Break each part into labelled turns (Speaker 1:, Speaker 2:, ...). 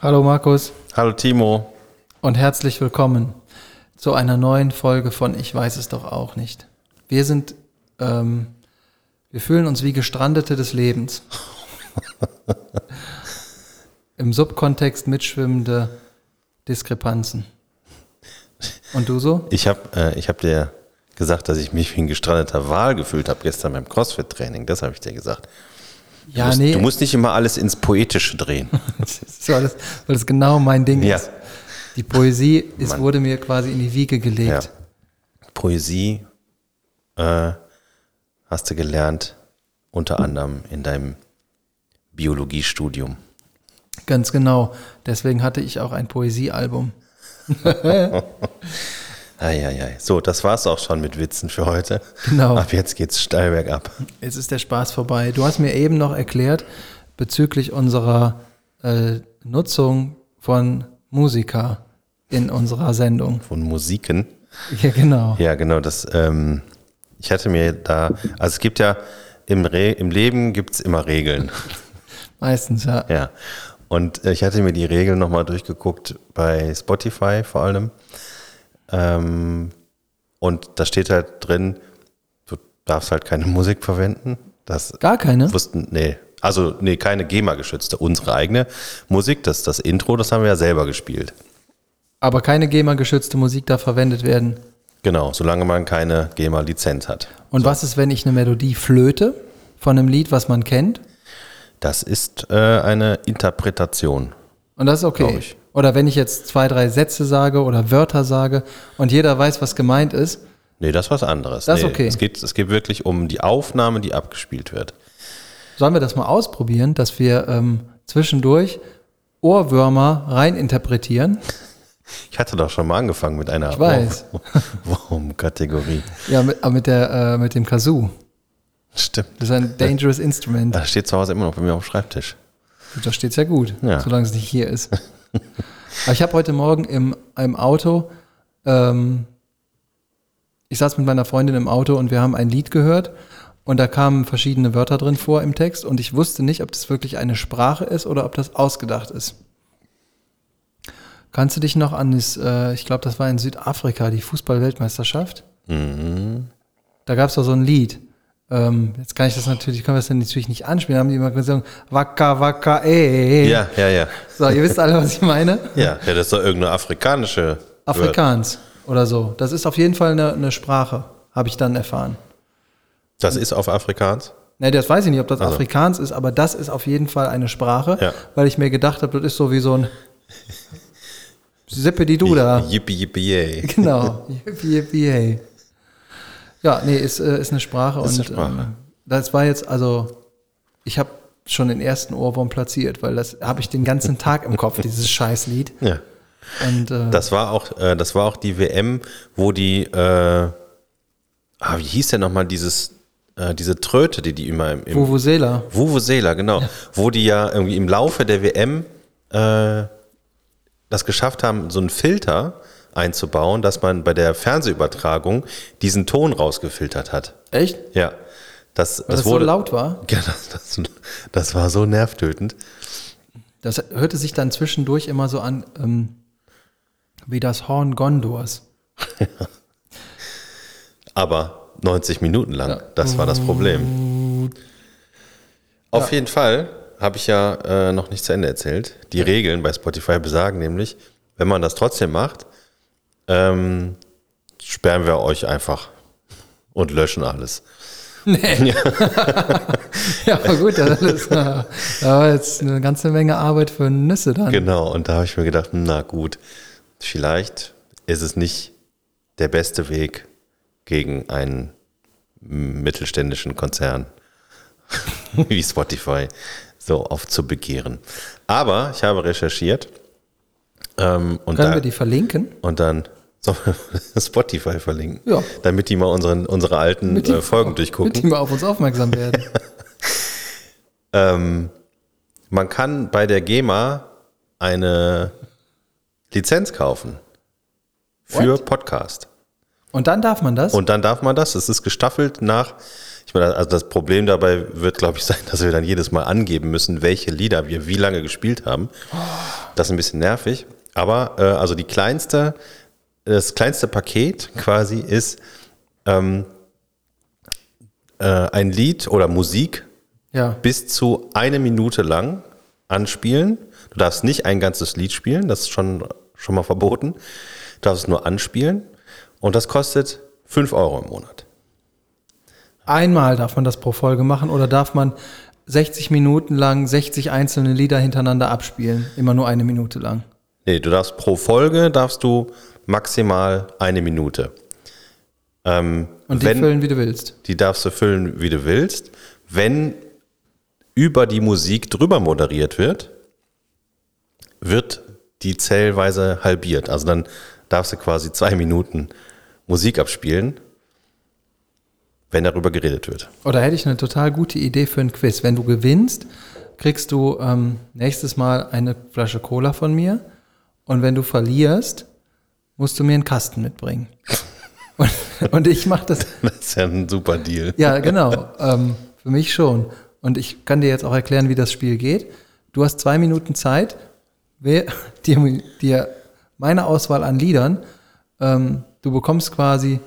Speaker 1: Hallo Markus
Speaker 2: Hallo Timo.
Speaker 1: und herzlich willkommen zu einer neuen Folge von Ich weiß es doch auch nicht. Wir sind, ähm, wir fühlen uns wie Gestrandete des Lebens. Im Subkontext mitschwimmende Diskrepanzen. Und du so?
Speaker 2: Ich habe äh, ich hab dir gesagt, dass ich mich wie ein gestrandeter Wal gefühlt habe gestern beim CrossFit-Training. Das habe ich dir gesagt. Du,
Speaker 1: Ja,
Speaker 2: musst,
Speaker 1: Ah, nee,
Speaker 2: du musst nicht immer alles ins Poetische drehen.
Speaker 1: das ist- weil das, weil das genau mein Ding
Speaker 2: Ja.
Speaker 1: ist. Die Poesie ist,
Speaker 2: Mann.
Speaker 1: wurde mir quasi in die Wiege
Speaker 2: ja.
Speaker 1: gelegt.
Speaker 2: Poesie äh, hast du gelernt, unter anderem in deinem Biologiestudium.
Speaker 1: Ganz genau. Deswegen hatte ich auch ein Poesiealbum.
Speaker 2: Eieiei. So, das war's auch schon mit Witzen für heute.
Speaker 1: Genau.
Speaker 2: Ab jetzt geht's steil bergab.
Speaker 1: Jetzt ist der Spaß vorbei. Du hast mir eben noch erklärt, bezüglich unserer äh, Nutzung von Musiker in unserer Sendung.
Speaker 2: Von Musiken.
Speaker 1: Ja, genau.
Speaker 2: Ja, genau. Das, ähm, ich hatte mir da, also es gibt ja im, Re im Leben gibt's immer Regeln.
Speaker 1: Meistens, ja.
Speaker 2: ja. Und äh, ich hatte mir die Regeln nochmal durchgeguckt bei Spotify vor allem. Ähm, und da steht halt drin, du darfst halt keine Musik verwenden. Das
Speaker 1: Gar keine?
Speaker 2: wussten, nee. Also, nee, keine GEMA-geschützte, unsere eigene Musik, das, das Intro, das haben wir ja selber gespielt.
Speaker 1: Aber keine GEMA-geschützte Musik darf verwendet werden.
Speaker 2: Genau, solange man keine GEMA-Lizenz hat.
Speaker 1: Und was ist, wenn ich eine Melodie flöte von einem Lied, was man kennt?
Speaker 2: Das ist äh, eine Interpretation.
Speaker 1: Und das ist okay.
Speaker 2: Glaub ich.
Speaker 1: Oder wenn ich jetzt zwei, drei Sätze sage oder Wörter sage und jeder weiß, was gemeint ist.
Speaker 2: Nee, das ist was anderes.
Speaker 1: Das ist
Speaker 2: nee,
Speaker 1: okay.
Speaker 2: Es geht, es geht wirklich um die Aufnahme, die abgespielt wird.
Speaker 1: Sollen wir das mal ausprobieren, dass wir ähm, zwischendurch Ohrwürmer reininterpretieren?
Speaker 2: Ich hatte doch schon mal angefangen mit einer
Speaker 1: Ich weiß.
Speaker 2: Wurm-Kategorie.
Speaker 1: Ja, mit, aber mit, der, äh, mit dem Kazoo.
Speaker 2: Stimmt.
Speaker 1: Das ist ein dangerous instrument.
Speaker 2: Da steht zu Hause immer noch bei mir auf dem Schreibtisch.
Speaker 1: Da steht es ja gut,
Speaker 2: Ja.
Speaker 1: solange es nicht hier ist. aber ich habe heute Morgen im, im Auto, ähm, ich saß mit meiner Freundin im Auto und wir haben ein Lied gehört und da kamen verschiedene Wörter drin vor im Text und ich wusste nicht, ob das wirklich eine Sprache ist oder ob das ausgedacht ist. Kannst du dich noch an das, äh, ich glaube, das war in Südafrika, die Fußball-Weltmeisterschaft?
Speaker 2: Mhm.
Speaker 1: da gab es doch so ein Lied. Ähm, jetzt kann ich das natürlich, können wir das natürlich nicht anspielen, haben die immer gesagt, Waka Waka eh.
Speaker 2: Ja, ja, ja.
Speaker 1: So, ihr wisst alle, was ich meine.
Speaker 2: Ja, ja das ist doch irgendeine afrikanische. Wörter.
Speaker 1: Afrikaans oder so. Das ist auf jeden Fall eine, eine Sprache, habe ich dann erfahren.
Speaker 2: Das ist auf Afrikaans.
Speaker 1: Ne, das weiß ich nicht, ob das
Speaker 2: Also.
Speaker 1: Afrikaans ist, aber das ist auf jeden Fall eine Sprache,
Speaker 2: Ja.
Speaker 1: weil ich mir gedacht habe, das ist so wie so ein Sippe die Duda.
Speaker 2: Yippie, yippie, yay.
Speaker 1: Genau. Yippie, yippie, hey. Ja, nee, ist, äh, ist eine Sprache
Speaker 2: Ist eine
Speaker 1: und
Speaker 2: Sprache.
Speaker 1: Ähm, das war jetzt, also ich habe schon den ersten Ohrwurm platziert, weil das habe ich den ganzen Tag im Kopf, dieses Scheißlied.
Speaker 2: Ja.
Speaker 1: Und äh,
Speaker 2: Das war auch, äh, das war auch die WM, wo die, äh, ah, wie hieß denn nochmal dieses, äh, diese Tröte, die die immer im, im
Speaker 1: Vuvuzela.
Speaker 2: Vuvuzela, genau. Wo die ja irgendwie im Laufe der WM äh, das geschafft haben, so einen Filter einzubauen, dass man bei der Fernsehübertragung diesen Ton rausgefiltert hat.
Speaker 1: Echt?
Speaker 2: Ja. Das, das,
Speaker 1: Weil das,
Speaker 2: wurde.
Speaker 1: so laut war.
Speaker 2: Ja, das, das, das war so nervtötend.
Speaker 1: Das hörte sich dann zwischendurch immer so an ähm, wie das Horn Gondors.
Speaker 2: Aber 90 Minuten lang, das war das Problem. Auf jeden Fall habe ich ja äh, noch nicht zu Ende erzählt. Die Regeln bei Spotify besagen nämlich, wenn man das trotzdem macht, ähm, sperren wir euch einfach und löschen alles.
Speaker 1: Nee. Ja, aber gut, das ist, äh, aber jetzt eine ganze Menge Arbeit für Nüsse dann.
Speaker 2: Genau, und da habe ich mir gedacht, na gut, vielleicht ist es nicht der beste Weg gegen einen mittelständischen Konzern wie Spotify so aufzubegehren. Aber ich habe recherchiert ähm, und,
Speaker 1: Können
Speaker 2: da,
Speaker 1: wir die verlinken?
Speaker 2: und dann sollen wir Spotify verlinken,
Speaker 1: Ja.
Speaker 2: damit die mal unseren, unsere alten
Speaker 1: Mit die-
Speaker 2: äh, Folgen
Speaker 1: Damit
Speaker 2: durchgucken.
Speaker 1: die mal auf uns aufmerksam werden.
Speaker 2: Man kann bei der GEMA eine Lizenz kaufen für
Speaker 1: What?
Speaker 2: Podcast.
Speaker 1: Und dann darf man das?
Speaker 2: Und dann darf man das. Es ist gestaffelt nach. Ich meine, also das Problem dabei wird, glaube ich, sein, dass wir dann jedes Mal angeben müssen, welche Lieder wir wie lange gespielt haben. Das ist ein bisschen nervig. Aber äh, also die kleinste, das kleinste Paket quasi ist ähm, äh, ein Lied oder Musik
Speaker 1: Ja.
Speaker 2: bis zu eine Minute lang anspielen. Du darfst nicht ein ganzes Lied spielen, das ist schon, schon mal verboten. Du darfst es nur anspielen. Und das kostet 5 Euro im Monat.
Speaker 1: Einmal darf man das pro Folge machen oder darf man 60 Minuten lang 60 einzelne Lieder hintereinander abspielen, immer nur eine Minute lang.
Speaker 2: Nee, du darfst pro Folge darfst du maximal eine Minute. Ähm,
Speaker 1: Und die
Speaker 2: wenn,
Speaker 1: füllen, wie du willst.
Speaker 2: Die darfst du füllen, wie du willst. Wenn über die Musik drüber moderiert wird, wird die Zählweise halbiert. Also dann darfst du quasi zwei Minuten Musik abspielen, wenn darüber geredet wird.
Speaker 1: Oder hätte ich eine total gute Idee für ein Quiz. Wenn du gewinnst, kriegst du ähm, nächstes Mal eine Flasche Cola von mir. Und wenn du verlierst, musst du mir einen Kasten mitbringen. Und, und ich mache das.
Speaker 2: Das ist ja ein super Deal.
Speaker 1: Ja, genau. Ähm, für mich schon. Und ich kann dir jetzt auch erklären, wie das Spiel geht. Du hast zwei Minuten Zeit, wer, dir, dir meine Auswahl an Liedern. Ähm, du bekommst quasi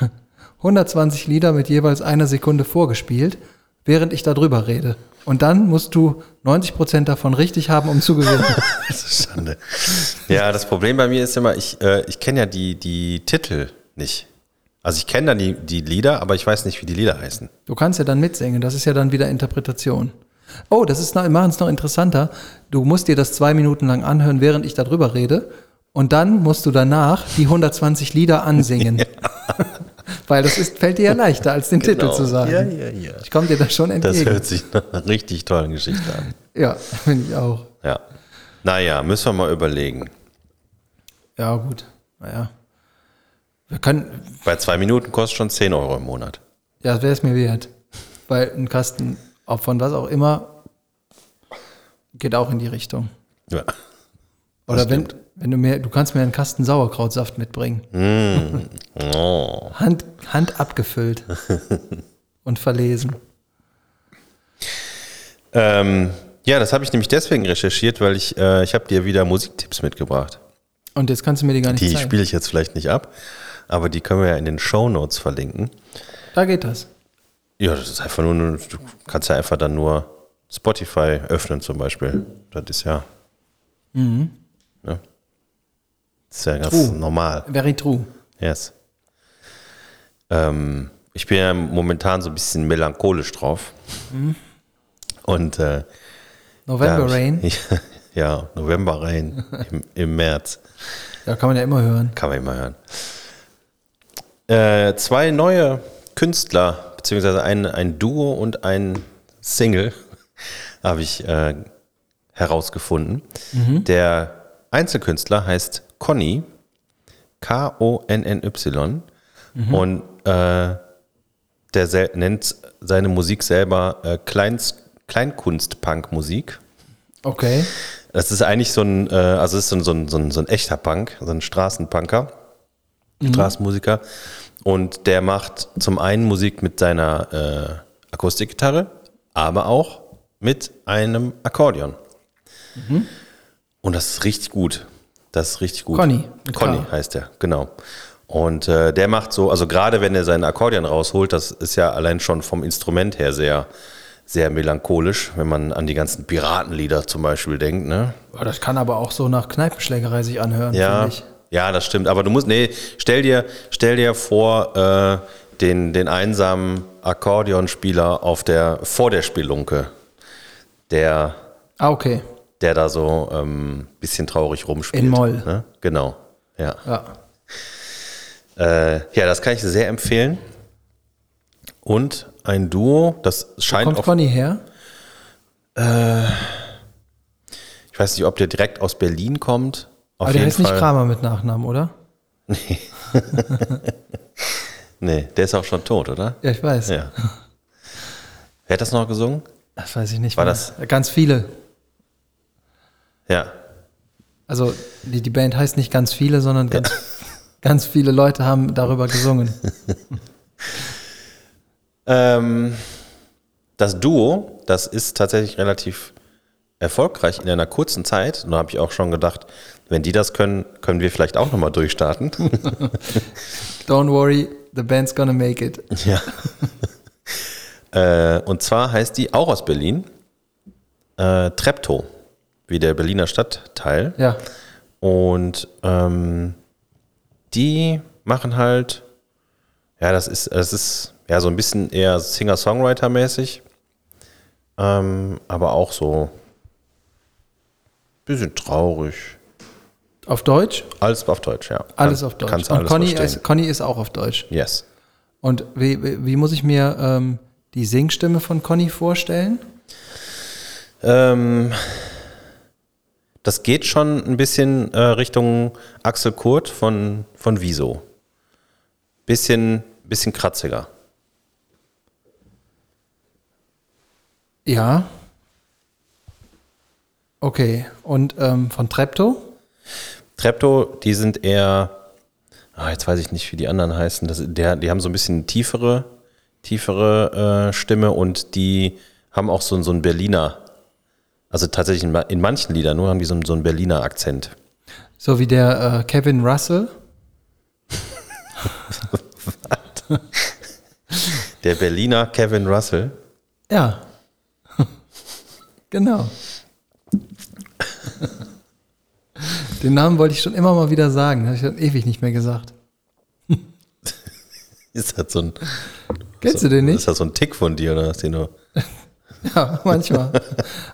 Speaker 1: 120 Lieder mit jeweils einer Sekunde vorgespielt, während ich darüber rede. Und dann musst du 90% davon richtig haben, um zu gewinnen.
Speaker 2: Das ist Schande. Ja, das Problem bei mir ist immer, ich, äh, ich kenne ja die, die Titel nicht. Also ich kenne dann die, die Lieder, aber ich weiß nicht, wie die Lieder heißen.
Speaker 1: Du kannst ja dann mitsingen, das ist ja dann wieder Interpretation. Oh, das ist machen es noch interessanter. Du musst dir das zwei Minuten lang anhören, während ich darüber rede. Und dann musst du danach die 120 Lieder ansingen. Weil das ist, fällt dir ja leichter, als den Titel
Speaker 2: Genau.
Speaker 1: zu sagen.
Speaker 2: Ja, ja, ja.
Speaker 1: Ich komme dir da schon
Speaker 2: Das
Speaker 1: entgegen.
Speaker 2: hört sich nach einer richtig tollen Geschichte an.
Speaker 1: Ja, finde ich auch.
Speaker 2: Ja. Naja, müssen wir mal überlegen.
Speaker 1: Ja, gut. Naja. Wir können,
Speaker 2: Bei zwei Minuten kostet schon 10 Euro im Monat.
Speaker 1: ja, wäre es mir wert. Weil ein Kasten, ob von was auch immer, geht auch in die Richtung.
Speaker 2: Ja.
Speaker 1: Oder wenn, wenn du mir, du kannst mir einen Kasten Sauerkrautsaft mitbringen.
Speaker 2: Mm, Oh.
Speaker 1: Hand, Hand abgefüllt und verlesen.
Speaker 2: Ähm, ja, das habe ich nämlich deswegen recherchiert, weil ich, äh, ich habe dir wieder Musiktipps mitgebracht.
Speaker 1: Und jetzt kannst du mir die gar nicht
Speaker 2: Die
Speaker 1: zeigen.
Speaker 2: spiele ich jetzt vielleicht nicht ab, aber die können wir ja in den Shownotes verlinken.
Speaker 1: da geht das.
Speaker 2: Ja, das ist einfach nur, eine- du kannst ja einfach dann nur Spotify öffnen zum Beispiel. Das ist ja. Ne? Das ist ja ganz
Speaker 1: True.
Speaker 2: normal.
Speaker 1: Very true.
Speaker 2: Yes. Ähm, ich bin ja momentan so ein bisschen melancholisch drauf. Und äh, da
Speaker 1: November
Speaker 2: hab ich-
Speaker 1: Rain.
Speaker 2: Ja, November Rain im, im März.
Speaker 1: Ja, kann man ja immer hören.
Speaker 2: Kann man immer hören. Äh, zwei neue Künstler, beziehungsweise ein, ein Duo und ein Single habe ich äh, herausgefunden. Der Einzelkünstler heißt Conny, K-O-N-N-Y. Und äh, der sel- nennt seine Musik selber äh, Kleins- Kleinkunst-Punk-Musik.
Speaker 1: Okay.
Speaker 2: Das ist eigentlich so ein, äh, also es ist so ein, so, ein, so, ein, so ein echter Punk, so ein Straßenpunker, Straßenmusiker. Und der macht zum einen Musik mit seiner äh, Akustikgitarre, aber auch mit einem Akkordeon. Und das ist richtig gut. Das ist richtig gut.
Speaker 1: Conny, mit
Speaker 2: Conny
Speaker 1: K.
Speaker 2: heißt der, genau. Und äh, der macht so, also gerade wenn er seinen Akkordeon rausholt, das ist ja allein schon vom Instrument her sehr, sehr melancholisch, wenn man an die ganzen Piratenlieder zum Beispiel denkt, ne?
Speaker 1: Boah, Oh, das kann aber auch so nach Kneipenschlägerei sich anhören,
Speaker 2: Ja,
Speaker 1: finde ich.
Speaker 2: ja, das stimmt. Aber du musst, nee, stell dir, stell dir vor, äh, den, den einsamen Akkordeonspieler auf der, vor der Spelunke, der,
Speaker 1: Ah, okay.
Speaker 2: der da so ein ähm, bisschen traurig rumspielt.
Speaker 1: In Moll.
Speaker 2: Ne? Genau, ja.
Speaker 1: Ja.
Speaker 2: Äh, ja, das kann ich sehr empfehlen. Und ein Duo, das scheint
Speaker 1: Kommt
Speaker 2: auch,
Speaker 1: Conny her?
Speaker 2: ich weiß nicht, ob der direkt aus Berlin kommt. Auf
Speaker 1: Aber der heißt nicht Kramer mit Nachnamen, oder?
Speaker 2: Nee, der ist auch schon tot, oder?
Speaker 1: Ja, ich weiß.
Speaker 2: Ja. Wer hat das noch gesungen?
Speaker 1: Das weiß ich nicht.
Speaker 2: War
Speaker 1: mehr.
Speaker 2: das-
Speaker 1: Ganz viele.
Speaker 2: Ja,
Speaker 1: Also die, die Band heißt nicht ganz viele, sondern ganz, ganz viele Leute haben darüber gesungen.
Speaker 2: Ähm, das Duo, das ist tatsächlich relativ erfolgreich in einer kurzen Zeit. Und da habe ich auch schon gedacht, wenn die das können, können wir vielleicht auch nochmal durchstarten.
Speaker 1: Don't worry, the band's gonna make it.
Speaker 2: ja. äh, und zwar heißt die auch aus Berlin äh, Treptow, wie der Berliner Stadtteil.
Speaker 1: Ja.
Speaker 2: Und ähm, die machen halt, ja, das ist, das ist ja so ein bisschen eher Singer-Songwriter-mäßig, ähm, aber auch so ein bisschen traurig.
Speaker 1: Auf Deutsch?
Speaker 2: Alles auf Deutsch, ja.
Speaker 1: Alles
Speaker 2: Kann-
Speaker 1: auf Deutsch.
Speaker 2: Kannst
Speaker 1: Und
Speaker 2: alles
Speaker 1: Conny
Speaker 2: verstehen.
Speaker 1: ist, Conny ist auch auf Deutsch.
Speaker 2: yes.
Speaker 1: Und wie, wie wie muss ich mir ähm, die Singstimme von Conny vorstellen?
Speaker 2: Ähm, das geht schon ein bisschen äh, Richtung Axel Kurt von, von Wieso. Bisschen, bisschen kratziger.
Speaker 1: Ja. Okay. Und ähm, von Treptow?
Speaker 2: Treptow, die sind eher, ah, jetzt weiß ich nicht, wie die anderen heißen. Das, der, die haben so ein bisschen tiefere, tiefere äh, Stimme und die haben auch so, ein- so einen Berliner, also tatsächlich in, ma- in manchen Liedern nur haben die so, einen- so einen Berliner Akzent.
Speaker 1: So wie der äh, Kevin Russell.
Speaker 2: Der Berliner Kevin Russell.
Speaker 1: Ja. genau. Den Namen wollte ich schon immer mal wieder sagen. Habe ich schon ewig nicht mehr gesagt.
Speaker 2: Ist das so ein,
Speaker 1: Kennst
Speaker 2: so,
Speaker 1: du den
Speaker 2: Ist
Speaker 1: nicht?
Speaker 2: das so ein Tick von dir oder was? Den du,
Speaker 1: Ja, manchmal.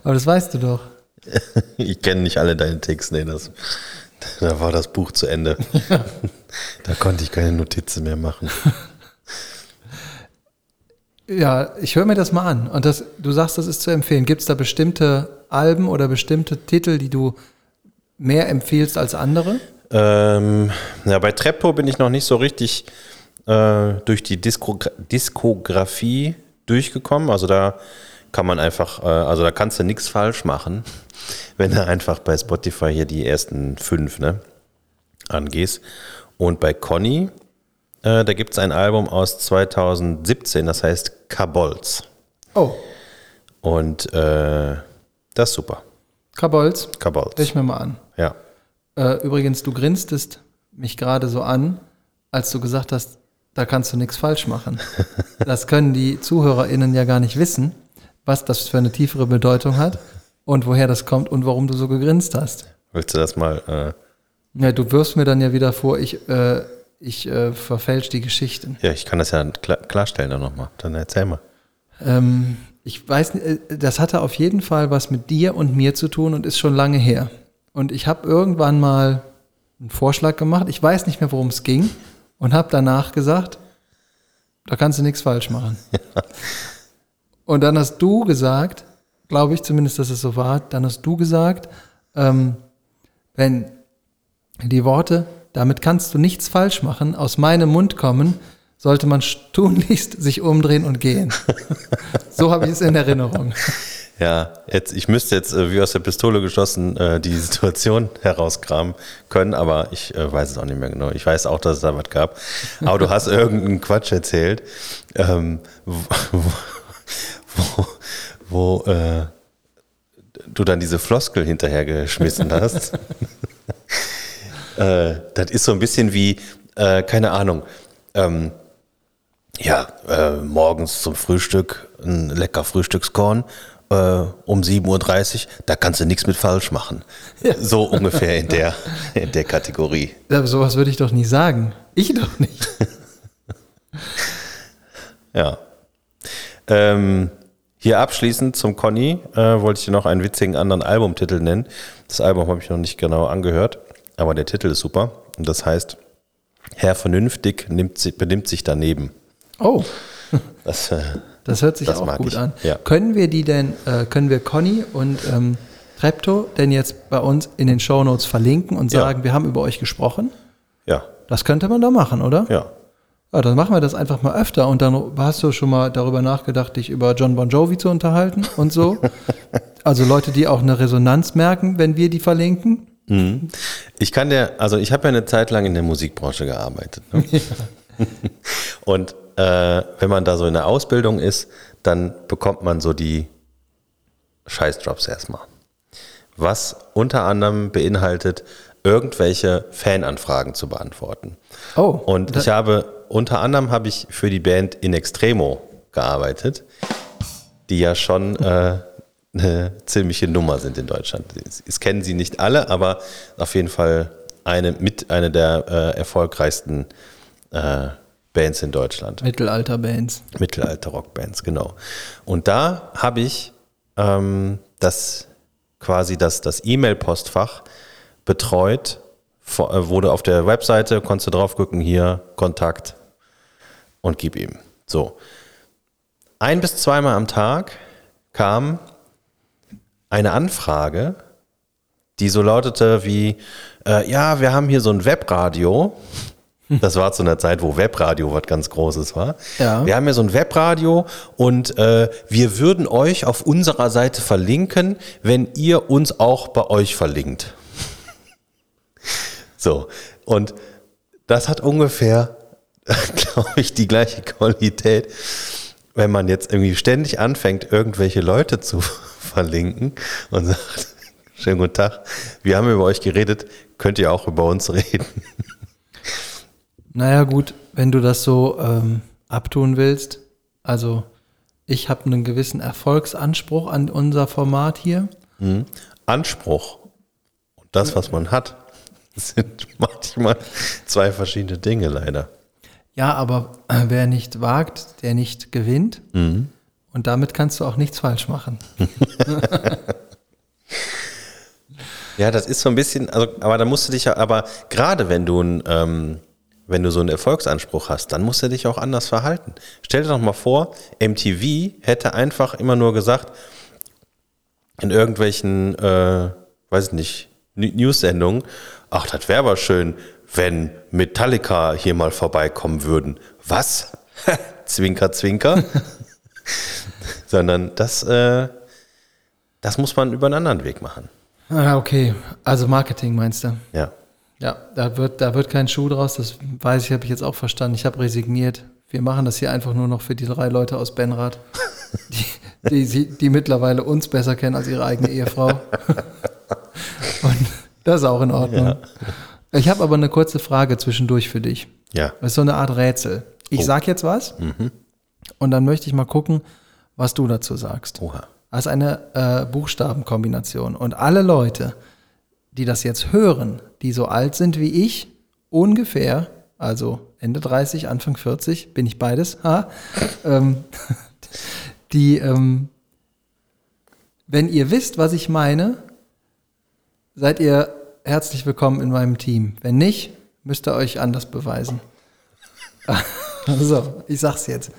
Speaker 1: Aber das weißt du doch.
Speaker 2: ich kenne nicht alle deine Ticks. Nee, das, da war das Buch zu Ende. da konnte ich keine Notizen mehr machen.
Speaker 1: Ja, ich höre mir das mal an. Und das, du sagst, das ist zu empfehlen. Gibt es da bestimmte Alben oder bestimmte Titel, die du mehr empfehlst als andere?
Speaker 2: Ähm, ja, bei Treptow bin ich noch nicht so richtig äh, durch die Diskogra Diskografie durchgekommen. Also da kann man einfach, äh, also da kannst du nichts falsch machen, wenn du einfach bei Spotify hier die ersten fünf ne, angehst. Und bei Conny, äh, da gibt es ein Album aus 2017, das heißt Kabolz.
Speaker 1: Oh,
Speaker 2: Und äh, das ist super.
Speaker 1: Kabolz, höre
Speaker 2: Kabolz.
Speaker 1: ich mir mal an.
Speaker 2: Ja.
Speaker 1: Äh, übrigens, du grinstest mich gerade so an, als du gesagt hast, da kannst du nichts falsch machen. Das können die ZuhörerInnen ja gar nicht wissen, was das für eine tiefere Bedeutung hat und woher das kommt und warum du so gegrinst hast.
Speaker 2: Willst du das mal? äh,
Speaker 1: Ja, du wirfst mir dann ja wieder vor, ich, äh, ich äh, verfälsch die Geschichten.
Speaker 2: Äh, ja, ich kann das ja klar, klarstellen dann nochmal. Dann erzähl mal.
Speaker 1: Ähm, ich weiß, nicht, äh, das hatte auf jeden Fall was mit dir und mir zu tun und ist schon lange her. Und ich habe irgendwann mal einen Vorschlag gemacht. Ich weiß nicht mehr, worum es ging und habe danach gesagt, da kannst du nichts falsch machen. Und dann hast du gesagt, glaube ich zumindest, dass es so war, dann hast du gesagt, ähm, wenn die Worte, damit kannst du nichts falsch machen, aus meinem Mund kommen, sollte man tunlichst sich umdrehen und gehen. so habe ich es in Erinnerung.
Speaker 2: Ja, jetzt, ich müsste jetzt äh, wie aus der Pistole geschossen äh, die Situation herauskramen können, aber ich äh, weiß es auch nicht mehr genau. Ich weiß auch, dass es da was gab. Aber du hast irgendeinen Quatsch erzählt, ähm, wo, wo, wo äh, du dann diese Floskel hinterhergeschmissen hast. äh, das ist so ein bisschen wie, äh, keine Ahnung, ähm, ja, äh, morgens zum Frühstück ein lecker Frühstückskorn äh, um 7.30 Uhr, da kannst du nichts mit falsch machen. So ungefähr in der, in der Kategorie.
Speaker 1: Ja, sowas würde ich doch nicht sagen. Ich doch nicht.
Speaker 2: Ja. Ähm, hier abschließend zum Conny äh, wollte ich dir noch einen witzigen anderen Albumtitel nennen. Das Album habe ich noch nicht genau angehört, aber der Titel ist super. Und das heißt, Herr Vernünftig nimmt, si- benimmt sich daneben.
Speaker 1: Oh,
Speaker 2: Das, äh,
Speaker 1: das hört sich
Speaker 2: Das
Speaker 1: auch
Speaker 2: mag
Speaker 1: gut
Speaker 2: ich.
Speaker 1: an.
Speaker 2: Ja.
Speaker 1: Können wir die denn, äh, können wir Conny und ähm, Trepto denn jetzt bei uns in den Shownotes verlinken und
Speaker 2: Ja.
Speaker 1: sagen, wir haben über euch gesprochen?
Speaker 2: ja,
Speaker 1: Das könnte man doch machen, oder?
Speaker 2: ja.
Speaker 1: Ja, dann machen wir das einfach mal öfter und dann hast du schon mal darüber nachgedacht, dich über John Bon Jovi zu unterhalten und so. also Leute, die auch eine Resonanz merken, wenn wir die verlinken.
Speaker 2: Ich kann der, also ich habe ja eine Zeit lang in der Musikbranche gearbeitet. Ne? Und äh, wenn man da so in der Ausbildung ist, dann bekommt man so die Scheißjobs erstmal. was unter anderem beinhaltet, irgendwelche Fananfragen zu beantworten.
Speaker 1: Oh,
Speaker 2: Und
Speaker 1: da-
Speaker 2: ich habe, unter anderem habe ich für die Band In Extremo gearbeitet, die ja schon äh, eine ziemliche Nummer sind in Deutschland. Es- Es kennen sie nicht alle, aber auf jeden Fall eine mit einer der äh, erfolgreichsten äh, Bands in Deutschland.
Speaker 1: Mittelalter-Bands.
Speaker 2: Mittelalter Rockbands, genau. Und da habe ich ähm, das quasi das, das E-Mail-Postfach betreut, vor- äh, wurde auf der Webseite, konntest du draufgucken, hier, Kontakt und gib ihm. So. Ein bis zweimal am Tag kam eine Anfrage, die so lautete wie, äh, ja, wir haben hier so ein Webradio. Das war zu einer Zeit, wo Webradio was ganz Großes war.
Speaker 1: Ja.
Speaker 2: Wir haben hier so ein Webradio und äh, wir würden euch auf unserer Seite verlinken, wenn ihr uns auch bei euch verlinkt. so, und das hat ungefähr, glaube ich, die gleiche Qualität, wenn man jetzt irgendwie ständig anfängt, irgendwelche Leute zu verlinken und sagt, schönen guten Tag, wir haben über euch geredet, könnt ihr auch über uns reden.
Speaker 1: Naja, gut, wenn du das so ähm, abtun willst. Also, ich habe einen gewissen Erfolgsanspruch an unser Format hier.
Speaker 2: Anspruch und das, was man hat, sind manchmal zwei verschiedene Dinge leider.
Speaker 1: Ja, aber äh, wer nicht wagt, der nicht gewinnt. Und damit kannst du auch nichts falsch machen.
Speaker 2: Ja, das ist so ein bisschen, also, aber da musst du dich ja, aber gerade wenn du ein, ähm, wenn du so einen Erfolgsanspruch hast, dann musst du dich auch anders verhalten. Stell dir doch mal vor, MTV hätte einfach immer nur gesagt, in irgendwelchen, äh, weiß nicht, N- News-Sendungen, ach, das wäre aber schön, wenn Metallica hier mal vorbeikommen würden. Was? zwinker, zwinker. Sondern das, äh, das muss man über einen anderen Weg machen.
Speaker 1: Ah, okay, also Marketing meinst du?
Speaker 2: Ja.
Speaker 1: Ja, da wird, da wird kein Schuh draus, das weiß ich, habe ich jetzt auch verstanden. Ich habe resigniert. Wir machen das hier einfach nur noch für die drei Leute aus Benrath, die, die, sie- die mittlerweile uns besser kennen als ihre eigene Ehefrau. Und das ist auch in Ordnung. Ich habe aber eine kurze Frage zwischendurch für dich.
Speaker 2: Ja.
Speaker 1: Das ist so eine Art Rätsel. Ich sag jetzt was und dann möchte ich mal gucken, was du dazu sagst.
Speaker 2: Oha.
Speaker 1: als eine äh, Buchstabenkombination. Und alle Leute, die das jetzt hören, die so alt sind wie ich, ungefähr, also Ende 30, Anfang 40, bin ich beides, ha, ähm, die, ähm, wenn ihr wisst, was ich meine, seid ihr herzlich willkommen in meinem Team. Wenn nicht, müsst ihr euch anders beweisen. so, ich sag's jetzt.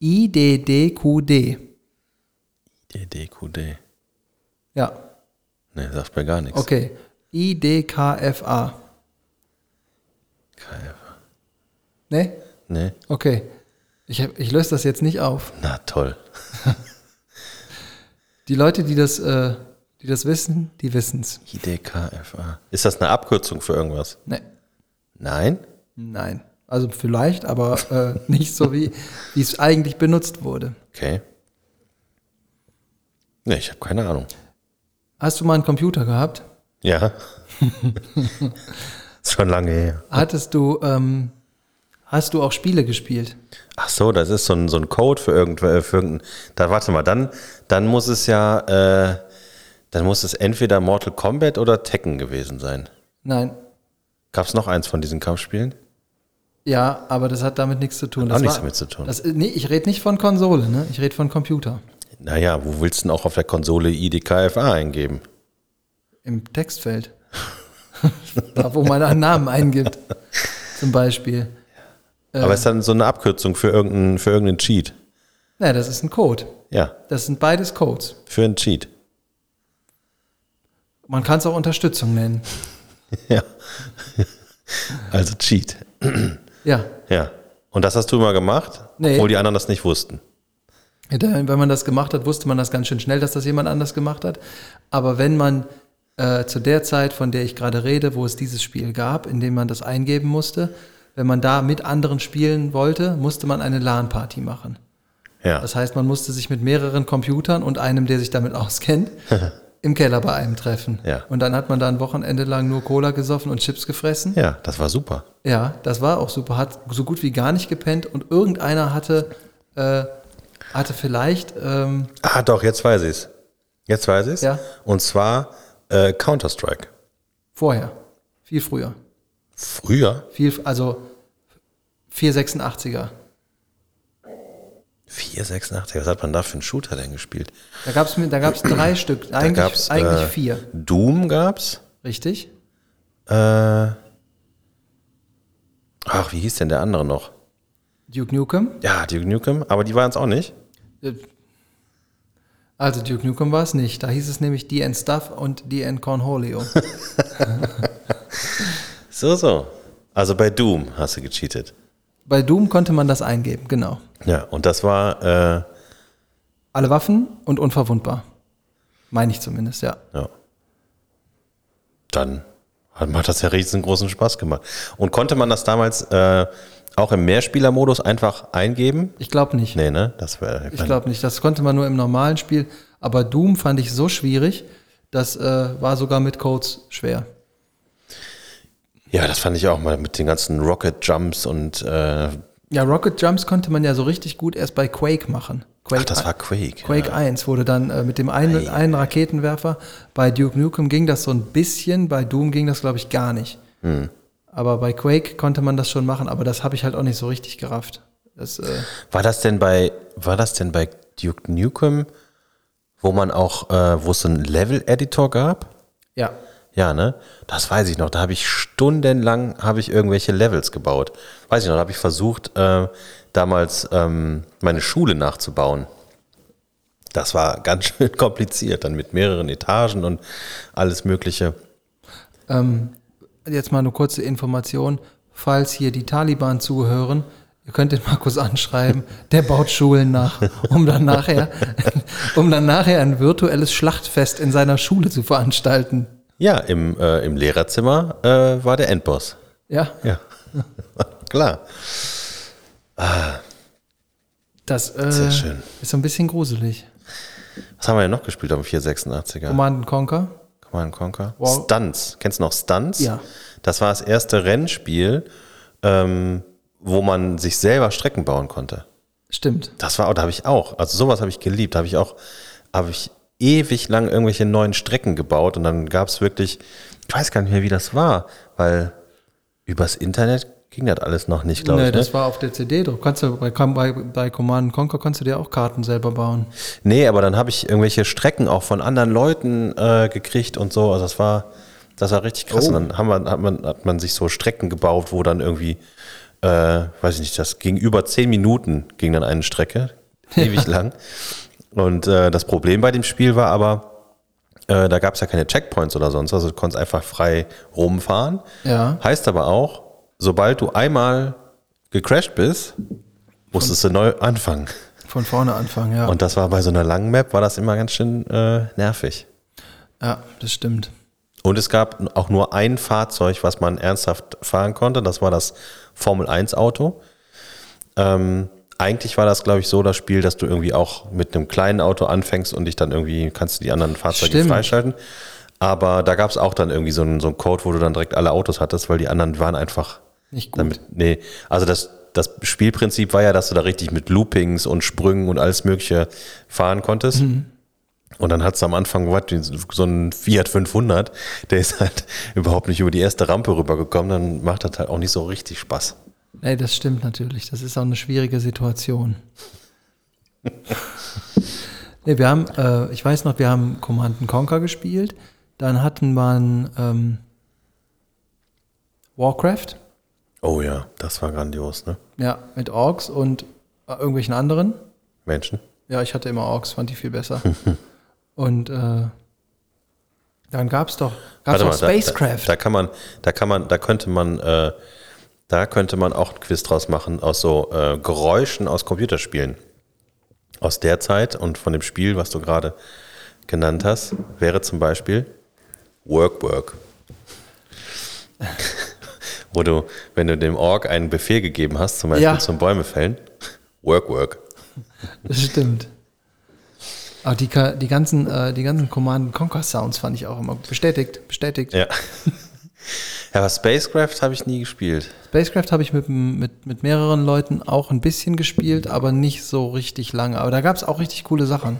Speaker 1: IDDQD.
Speaker 2: DDQD.
Speaker 1: Ja,
Speaker 2: Ne, sagt mir gar nichts.
Speaker 1: Okay. IDKFA.
Speaker 2: KF.
Speaker 1: Ne?
Speaker 2: Ne?
Speaker 1: Okay. Ich, hab- ich löse das jetzt nicht auf.
Speaker 2: Na toll.
Speaker 1: Die Leute, die das, äh, die das wissen, die wissen's.
Speaker 2: IDKFA. Ist das eine Abkürzung für irgendwas?
Speaker 1: Ne.
Speaker 2: Nein?
Speaker 1: Nein. Also vielleicht, aber äh, nicht so, wie wie es eigentlich benutzt wurde.
Speaker 2: Okay. Ne, ich habe keine Ahnung.
Speaker 1: Hast du mal einen Computer gehabt?
Speaker 2: Ja. Ist schon lange her.
Speaker 1: Hattest du, ähm, hast du auch Spiele gespielt?
Speaker 2: Ach so, das ist so ein, so ein Code für irgendein, für irgendein. Da warte mal, dann, dann muss es ja, äh, dann muss es entweder Mortal Kombat oder Tekken gewesen sein.
Speaker 1: Nein.
Speaker 2: Gab es noch eins von diesen Kampfspielen?
Speaker 1: Ja, aber das hat damit nichts zu tun.
Speaker 2: Hat auch
Speaker 1: das
Speaker 2: nichts damit zu tun.
Speaker 1: Das, äh, nee, ich rede nicht von Konsole, ne? Ich rede von Computer.
Speaker 2: Naja, wo willst du denn auch auf der Konsole IDKFA eingeben?
Speaker 1: Im Textfeld. da, wo man einen Namen eingibt. Zum Beispiel.
Speaker 2: Aber
Speaker 1: Äh.
Speaker 2: ist dann so eine Abkürzung für irgendeinen für irgendeinen Cheat.
Speaker 1: Na, das ist ein Code.
Speaker 2: Ja,
Speaker 1: Das sind beides Codes.
Speaker 2: für einen Cheat.
Speaker 1: Man kann es auch Unterstützung nennen.
Speaker 2: Ja. Also Cheat.
Speaker 1: Ja.
Speaker 2: Ja. Und das hast du immer gemacht,
Speaker 1: Nee.
Speaker 2: obwohl die anderen das nicht wussten.
Speaker 1: Wenn man das gemacht hat, wusste man das ganz schön schnell, dass das jemand anders gemacht hat. Aber wenn man äh, zu der Zeit, von der ich gerade rede, wo es dieses Spiel gab, in dem man das eingeben musste, wenn man da mit anderen spielen wollte, musste man eine LAN-Party machen.
Speaker 2: Ja.
Speaker 1: Das heißt, man musste sich mit mehreren Computern und einem, der sich damit auskennt, Im Keller bei einem Treffen.
Speaker 2: Ja.
Speaker 1: Und dann hat man da ein Wochenende lang nur Cola gesoffen und Chips gefressen.
Speaker 2: Ja, das war super.
Speaker 1: Ja, das war auch super. Hat so gut wie gar nicht gepennt und irgendeiner hatte, äh, hatte vielleicht, ähm,
Speaker 2: Ah, doch, jetzt weiß ich's. Jetzt weiß ich's.
Speaker 1: Ja.
Speaker 2: Und zwar äh, Counter-Strike.
Speaker 1: vorher, viel früher,
Speaker 2: Früher
Speaker 1: viel, also 486er.
Speaker 2: 486. Was hat man da für einen Shooter denn gespielt?
Speaker 1: Da gab es da gab's drei Stück,
Speaker 2: Da
Speaker 1: eigentlich,
Speaker 2: gab's
Speaker 1: eigentlich
Speaker 2: äh,
Speaker 1: vier,
Speaker 2: Doom gab's.
Speaker 1: richtig?
Speaker 2: Äh, ach, wie hieß denn der andere noch?
Speaker 1: Duke Nukem.
Speaker 2: Ja, Duke Nukem, aber die waren es auch nicht.
Speaker 1: Äh, Also Duke Nukem war es nicht. Da hieß es nämlich DN Stuff und DN Cornholio.
Speaker 2: So, so. Also bei Doom hast du gecheatet.
Speaker 1: Bei Doom konnte man das eingeben, genau.
Speaker 2: Ja, und das war, äh,
Speaker 1: Alle Waffen und unverwundbar. Meine ich zumindest, ja.
Speaker 2: ja. Dann hat mir das ja riesengroßen Spaß gemacht. Und konnte man das damals äh, auch im Mehrspielermodus einfach eingeben?
Speaker 1: Ich glaube nicht.
Speaker 2: Nee, ne? Das wäre.
Speaker 1: Ich glaube nicht. Das konnte man nur im normalen Spiel. Aber Doom fand ich so schwierig, das äh, war sogar mit Codes schwer.
Speaker 2: Ja, das fand ich auch mal mit den ganzen Rocket Jumps und äh,
Speaker 1: Ja, Rocket Jumps konnte man ja so richtig gut erst bei Quake machen. Quake
Speaker 2: ach, das war Quake.
Speaker 1: Quake
Speaker 2: ja.
Speaker 1: 1 wurde dann äh, mit dem einen, einen Raketenwerfer. Bei Duke Nukem ging das so ein bisschen, bei Doom ging das, glaube ich, gar nicht.
Speaker 2: Hm.
Speaker 1: Aber bei Quake konnte man das schon machen, aber das habe ich halt auch nicht so richtig gerafft. Das, äh,
Speaker 2: War das denn bei, war das denn bei Duke Nukem, wo man auch, äh, wo es einen Level-Editor gab?
Speaker 1: ja.
Speaker 2: Ja, ne? Das weiß ich noch. Da habe ich stundenlang habe ich irgendwelche Levels gebaut. Weiß ich noch, da habe ich versucht, äh, damals ähm, meine Schule nachzubauen. Das war ganz schön kompliziert, dann mit mehreren Etagen und alles Mögliche.
Speaker 1: Ähm, jetzt mal eine kurze Information. Falls hier die Taliban zuhören, ihr könnt den Markus anschreiben, der baut Schulen nach, um dann nachher, um dann nachher ein virtuelles Schlachtfest in seiner Schule zu veranstalten.
Speaker 2: Ja, im, äh, im Lehrerzimmer äh, war der Endboss.
Speaker 1: Ja,
Speaker 2: Ja. Klar.
Speaker 1: das äh,
Speaker 2: Sehr schön.
Speaker 1: ist so ein bisschen gruselig.
Speaker 2: Was haben wir denn noch gespielt am 486er?
Speaker 1: Command Conquer.
Speaker 2: Command Conquer.
Speaker 1: Wow.
Speaker 2: Stunts. Kennst du noch Stunts?
Speaker 1: Ja.
Speaker 2: Das war das erste Rennspiel, ähm, wo man sich selber Strecken bauen konnte.
Speaker 1: Stimmt.
Speaker 2: Das war, da habe ich auch, also sowas habe ich geliebt, habe ich auch, habe ich ewig lang irgendwelche neuen Strecken gebaut und dann gab es wirklich, ich weiß gar nicht mehr, wie das war, weil übers Internet ging das alles noch nicht, glaube
Speaker 1: Nö,
Speaker 2: ich. Ne?
Speaker 1: das war auf der CD drauf. Kannst du bei, bei, bei Command Conquer konntest du dir auch Karten selber bauen.
Speaker 2: Nee, aber dann habe ich irgendwelche Strecken auch von anderen Leuten äh, gekriegt und so. Also das war, das war richtig krass. Und dann haben wir, hat, man, hat man sich so Strecken gebaut, wo dann irgendwie, äh, weiß ich nicht, das ging über zehn Minuten ging dann eine Strecke, ewig lang. Und äh, das Problem bei dem Spiel war aber, äh, da gab es ja keine Checkpoints oder sonst, was. also du konntest einfach frei rumfahren.
Speaker 1: Ja.
Speaker 2: Heißt aber auch, sobald du einmal gecrashed bist, musstest du neu anfangen.
Speaker 1: Von vorne anfangen, ja.
Speaker 2: Und das war bei so einer langen Map, war das immer ganz schön äh, nervig.
Speaker 1: ja, das stimmt.
Speaker 2: Und es gab auch nur ein Fahrzeug, was man ernsthaft fahren konnte. Das war das Formel 1 Auto. Ähm, eigentlich war das, glaube ich, so das Spiel, dass du irgendwie auch mit einem kleinen Auto anfängst und dich dann irgendwie kannst du die anderen Fahrzeuge
Speaker 1: Stimmt.
Speaker 2: freischalten. Aber da gab es auch dann irgendwie so einen, so einen Code, wo du dann direkt alle Autos hattest, weil die anderen waren einfach
Speaker 1: Nicht gut.
Speaker 2: damit. Nee, also das, das Spielprinzip war ja, dass du da richtig mit Loopings und Sprüngen und alles Mögliche fahren konntest. Und dann hat's am Anfang was, den- so einen Fiat 500, der ist halt überhaupt nicht über die erste Rampe rübergekommen, dann macht das halt auch nicht so richtig Spaß.
Speaker 1: Nee, das stimmt natürlich. Das ist auch eine schwierige Situation. nee, wir haben, äh, ich weiß noch, wir haben Command Conquer gespielt. Dann hatten man ähm, Warcraft,
Speaker 2: Oh ja, das war grandios, ne?
Speaker 1: ja, mit Orks und äh, irgendwelchen anderen.
Speaker 2: Menschen.
Speaker 1: Ja, ich hatte immer Orks, fand die viel besser. Und äh, dann gab's doch, gab's
Speaker 2: Warte
Speaker 1: doch
Speaker 2: mal, da-
Speaker 1: Spacecraft.
Speaker 2: Da, da kann man, da kann man, da könnte man, äh, da könnte man auch ein Quiz draus machen aus so äh, Geräuschen aus Computerspielen. Aus der Zeit und von dem Spiel, was du gerade genannt hast, wäre zum Beispiel Work Work. Wo du, wenn du dem Org einen Befehl gegeben hast, zum Beispiel
Speaker 1: Ja.
Speaker 2: zum Bäume fällen, Work Work.
Speaker 1: das stimmt. Aber die, Ka- die ganzen, äh, die ganzen Command Conquer Sounds fand ich auch immer bestätigt, bestätigt.
Speaker 2: Ja. ja, aber Spacecraft habe ich nie gespielt.
Speaker 1: Spacecraft habe ich mit, m- mit, mit mehreren Leuten auch ein bisschen gespielt, aber nicht so richtig lange. Aber da gab es auch richtig coole Sachen.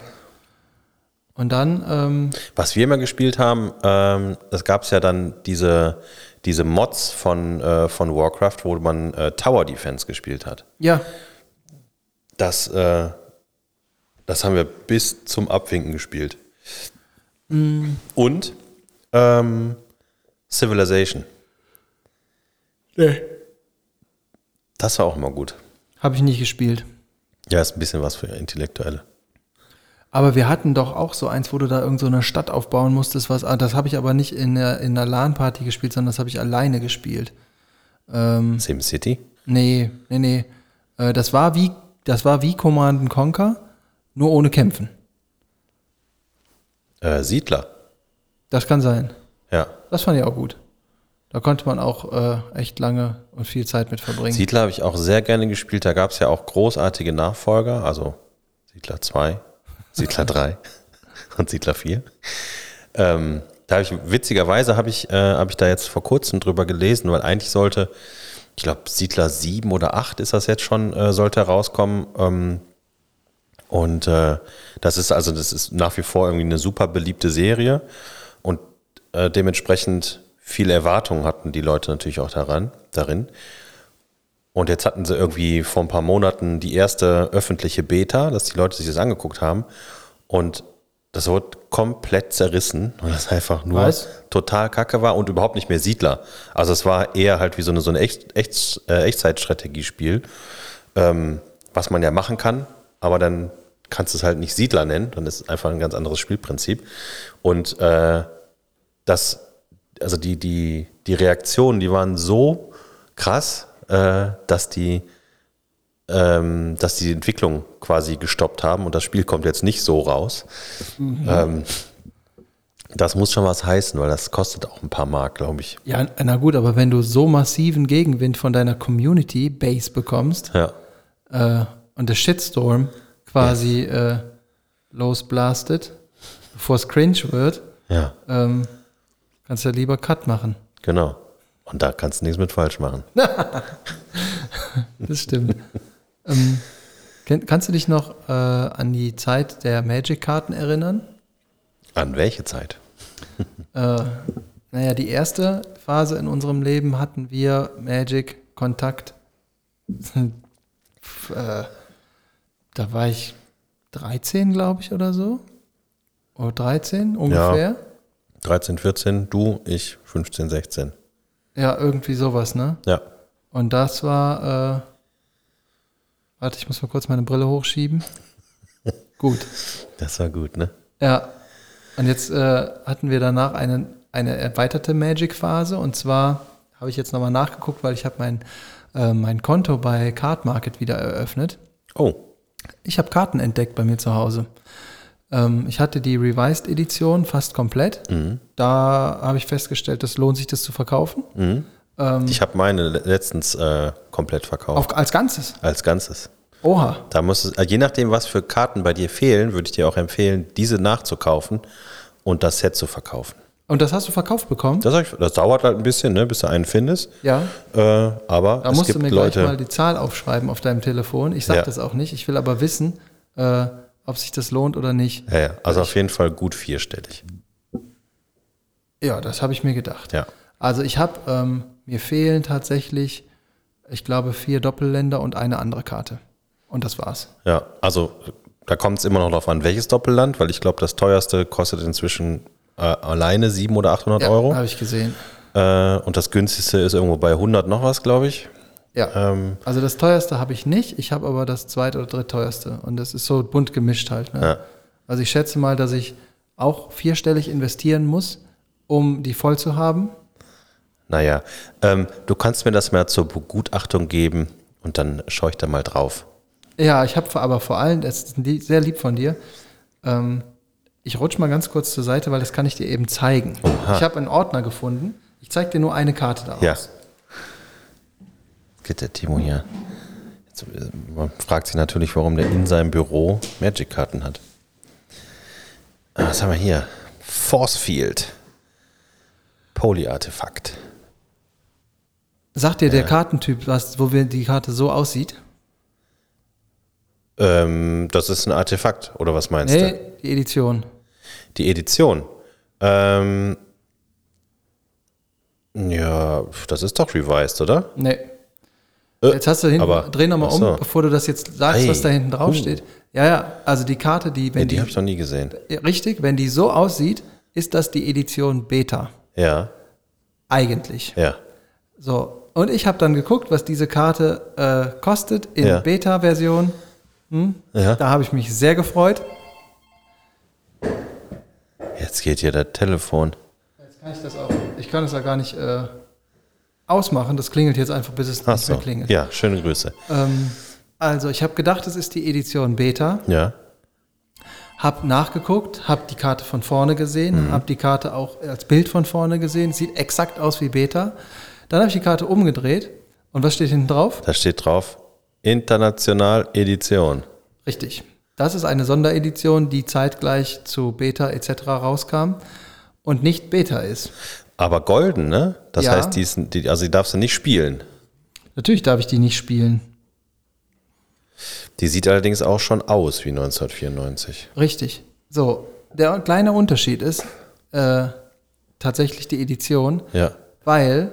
Speaker 1: Und dann, ähm,
Speaker 2: Was wir immer gespielt haben, ähm, es gab ja dann diese, diese Mods von, äh, von Warcraft, wo man äh, Tower Defense gespielt hat.
Speaker 1: ja,
Speaker 2: Das, äh, das haben wir bis zum Abwinken gespielt. Und ähm, Civilization. Das war auch immer gut.
Speaker 1: habe ich nicht gespielt.
Speaker 2: Ja, ist ein bisschen was für Intellektuelle.
Speaker 1: Aber wir hatten doch auch so eins, wo du da irgend so eine Stadt aufbauen musstest, was. ah, Das habe ich aber nicht in der, in der LAN-Party gespielt, sondern das habe ich alleine gespielt. Ähm,
Speaker 2: SimCity?
Speaker 1: Nee, nee, nee. Äh, Das war wie, das war wie Command and Conquer, nur ohne Kämpfen.
Speaker 2: Äh, Siedler.
Speaker 1: Das kann sein.
Speaker 2: Ja.
Speaker 1: Das fand ich auch gut. Da konnte man auch äh, echt lange und viel Zeit mit verbringen.
Speaker 2: Siedler habe ich auch sehr gerne gespielt. Da gab es ja auch großartige Nachfolger, also Siedler 2, Siedler 3 und Siedler 4. Ähm, da habe ich, witzigerweise habe ich, äh, habe ich da jetzt vor kurzem drüber gelesen, weil eigentlich sollte, ich glaube, Siedler 7 oder 8 ist das jetzt schon, äh, sollte herauskommen. Ähm, und äh, das ist also, das ist nach wie vor irgendwie eine super beliebte Serie und äh, dementsprechend viele Erwartungen hatten die Leute natürlich auch daran, darin. Und jetzt hatten sie irgendwie vor ein paar Monaten die erste öffentliche Beta, dass die Leute sich das angeguckt haben. Und das wurde komplett zerrissen, weil das einfach nur
Speaker 1: Was?
Speaker 2: total kacke war und überhaupt nicht mehr Siedler. Also es war eher halt wie so, eine, so ein Echt, Echt, äh, Echtzeitstrategiespiel, ähm, was man ja machen kann, aber dann kannst du es halt nicht Siedler nennen, dann ist es einfach ein ganz anderes Spielprinzip. Und äh, das, also die, die, die Reaktionen, die waren so krass, äh, dass die ähm, dass die Entwicklung quasi gestoppt haben und das Spiel kommt jetzt nicht so raus. Ähm, das muss schon was heißen, weil das kostet auch ein paar Mark, glaube ich.
Speaker 1: Ja, na gut, aber wenn du so massiven Gegenwind von deiner Community-Base bekommst
Speaker 2: Ja.
Speaker 1: äh, und der Shitstorm quasi äh, losblastet, bevor es cringe wird,
Speaker 2: Ja,
Speaker 1: ähm, kannst du ja lieber Cut machen.
Speaker 2: genau. Und da kannst du nichts mit falsch machen.
Speaker 1: Das stimmt. ähm, kenn- kannst du dich noch äh, an die Zeit der Magic-Karten erinnern?
Speaker 2: An welche Zeit?
Speaker 1: Äh, naja, die erste Phase in unserem Leben hatten wir Magic Kontakt. F- äh, da war ich 13, glaube ich, oder so. Oder 13 ungefähr.
Speaker 2: 13, 14, du, ich 15, 16.
Speaker 1: Ja, irgendwie sowas, ne?
Speaker 2: Ja.
Speaker 1: Und das war. Äh, warte, ich muss mal kurz meine Brille hochschieben. Gut.
Speaker 2: Das war gut, ne?
Speaker 1: Ja. Und jetzt äh, hatten wir danach eine, eine erweiterte Magic-Phase. Und zwar habe ich jetzt nochmal nachgeguckt, weil ich habe mein, äh, mein Konto bei Card Market wieder eröffnet.
Speaker 2: Oh,
Speaker 1: Ich habe Karten entdeckt bei mir zu Hause. Ähm, ich hatte die Revised Edition fast komplett. Da habe ich festgestellt, das lohnt sich, das zu verkaufen.
Speaker 2: ich habe meine le- letztens äh, komplett verkauft.
Speaker 1: Auf, als Ganzes.
Speaker 2: Als Ganzes.
Speaker 1: Oha.
Speaker 2: Da muss es, äh, je nachdem, was für Karten bei dir fehlen, würde ich dir auch empfehlen, diese nachzukaufen und das Set zu verkaufen.
Speaker 1: Und das hast du verkauft bekommen?
Speaker 2: Das, sag ich, das dauert halt ein bisschen, ne, bis du einen findest.
Speaker 1: ja.
Speaker 2: Äh, aber
Speaker 1: Da
Speaker 2: es
Speaker 1: musst du
Speaker 2: gibt
Speaker 1: mir gleich mal
Speaker 2: Leute.
Speaker 1: die Zahl aufschreiben auf deinem Telefon. Ich sage
Speaker 2: Ja.
Speaker 1: das auch nicht. Ich will aber wissen, äh, ob sich das lohnt oder nicht.
Speaker 2: Ja, ja, also auf jeden Fall gut vierstellig.
Speaker 1: Ja, das habe ich mir gedacht.
Speaker 2: Ja.
Speaker 1: Also ich habe, ähm, mir fehlen tatsächlich, ich glaube, vier Doppelländer und eine andere Karte. Und das war's.
Speaker 2: Ja, also da kommt es immer noch darauf an, welches Doppelland, weil ich glaube, das teuerste kostet inzwischen äh, alleine 700 oder 800 Euro.
Speaker 1: Habe ich gesehen.
Speaker 2: Äh, und das günstigste ist irgendwo bei 100 noch was, glaube ich.
Speaker 1: Ja.
Speaker 2: Ähm,
Speaker 1: Also das teuerste habe ich nicht. Ich habe aber das zweit- oder drittteuerste. Und das ist so bunt gemischt halt. Ne?
Speaker 2: Ja.
Speaker 1: Also ich schätze mal, dass ich auch vierstellig investieren muss, um die voll zu haben.
Speaker 2: naja, ähm, du kannst mir das mal zur Begutachtung geben und dann schaue ich da mal drauf.
Speaker 1: Ja, ich habe aber vor allem, das ist li- sehr lieb von dir. Ähm, ich rutsche mal ganz kurz zur Seite, weil das kann ich dir eben zeigen. Ich habe einen Ordner gefunden. Ich zeige dir nur eine Karte daraus.
Speaker 2: Ja. Geht der Timo hier. Jetzt, äh, man fragt sich natürlich, warum der in seinem Büro Magic-Karten hat. Ah, Was haben wir hier? Force Field. Polyartefakt.
Speaker 1: Sagt dir der Kartentyp, was, wo wir die Karte so aussieht?
Speaker 2: Ähm, das ist ein Artefakt, oder was meinst du?
Speaker 1: Nee, die Edition.
Speaker 2: Die Edition. Ähm, ja, das ist doch revised, oder?
Speaker 1: Nee.
Speaker 2: Äh,
Speaker 1: Jetzt hast du hinten,
Speaker 2: aber-
Speaker 1: dreh nochmal
Speaker 2: ach
Speaker 1: um,
Speaker 2: so.
Speaker 1: bevor du das jetzt sagst,
Speaker 2: Ei.
Speaker 1: was da hinten drauf steht. Ja, ja, also die Karte, die, wenn
Speaker 2: Nee, die
Speaker 1: die,
Speaker 2: habe ich noch nie gesehen.
Speaker 1: richtig, wenn die so aussieht, ist das die Edition Beta.
Speaker 2: Ja,
Speaker 1: Eigentlich.
Speaker 2: ja.
Speaker 1: So. Und ich habe dann geguckt, was diese Karte äh, kostet in
Speaker 2: Ja.
Speaker 1: Beta-Version.
Speaker 2: ja.
Speaker 1: Da habe ich mich sehr gefreut.
Speaker 2: Jetzt geht hier das Telefon.
Speaker 1: Jetzt kann ich das auch, ich kann es ja gar nicht äh, ausmachen. Das klingelt jetzt einfach, bis es
Speaker 2: Ach
Speaker 1: nicht mehr
Speaker 2: so.
Speaker 1: klingelt.
Speaker 2: Ja, schöne Grüße.
Speaker 1: Ähm, also, ich habe gedacht, es ist die Edition Beta.
Speaker 2: Ja,
Speaker 1: Hab nachgeguckt, hab die Karte von vorne
Speaker 2: Mhm.
Speaker 1: gesehen, hab die Karte auch als Bild von vorne gesehen. Sieht exakt aus wie Beta. Dann habe ich die Karte umgedreht. Und was steht hinten drauf?
Speaker 2: da steht drauf International Edition.
Speaker 1: Richtig. Das ist eine Sonderedition, die zeitgleich zu Beta etc. rauskam und nicht Beta ist.
Speaker 2: Aber golden, ne? Das
Speaker 1: Ja.
Speaker 2: heißt, die, ist, die, also die darfst du nicht spielen.
Speaker 1: Natürlich darf ich die nicht spielen.
Speaker 2: Die sieht allerdings auch schon aus wie 1994.
Speaker 1: Richtig. So, der kleine Unterschied ist äh, tatsächlich die Edition,
Speaker 2: Ja,
Speaker 1: weil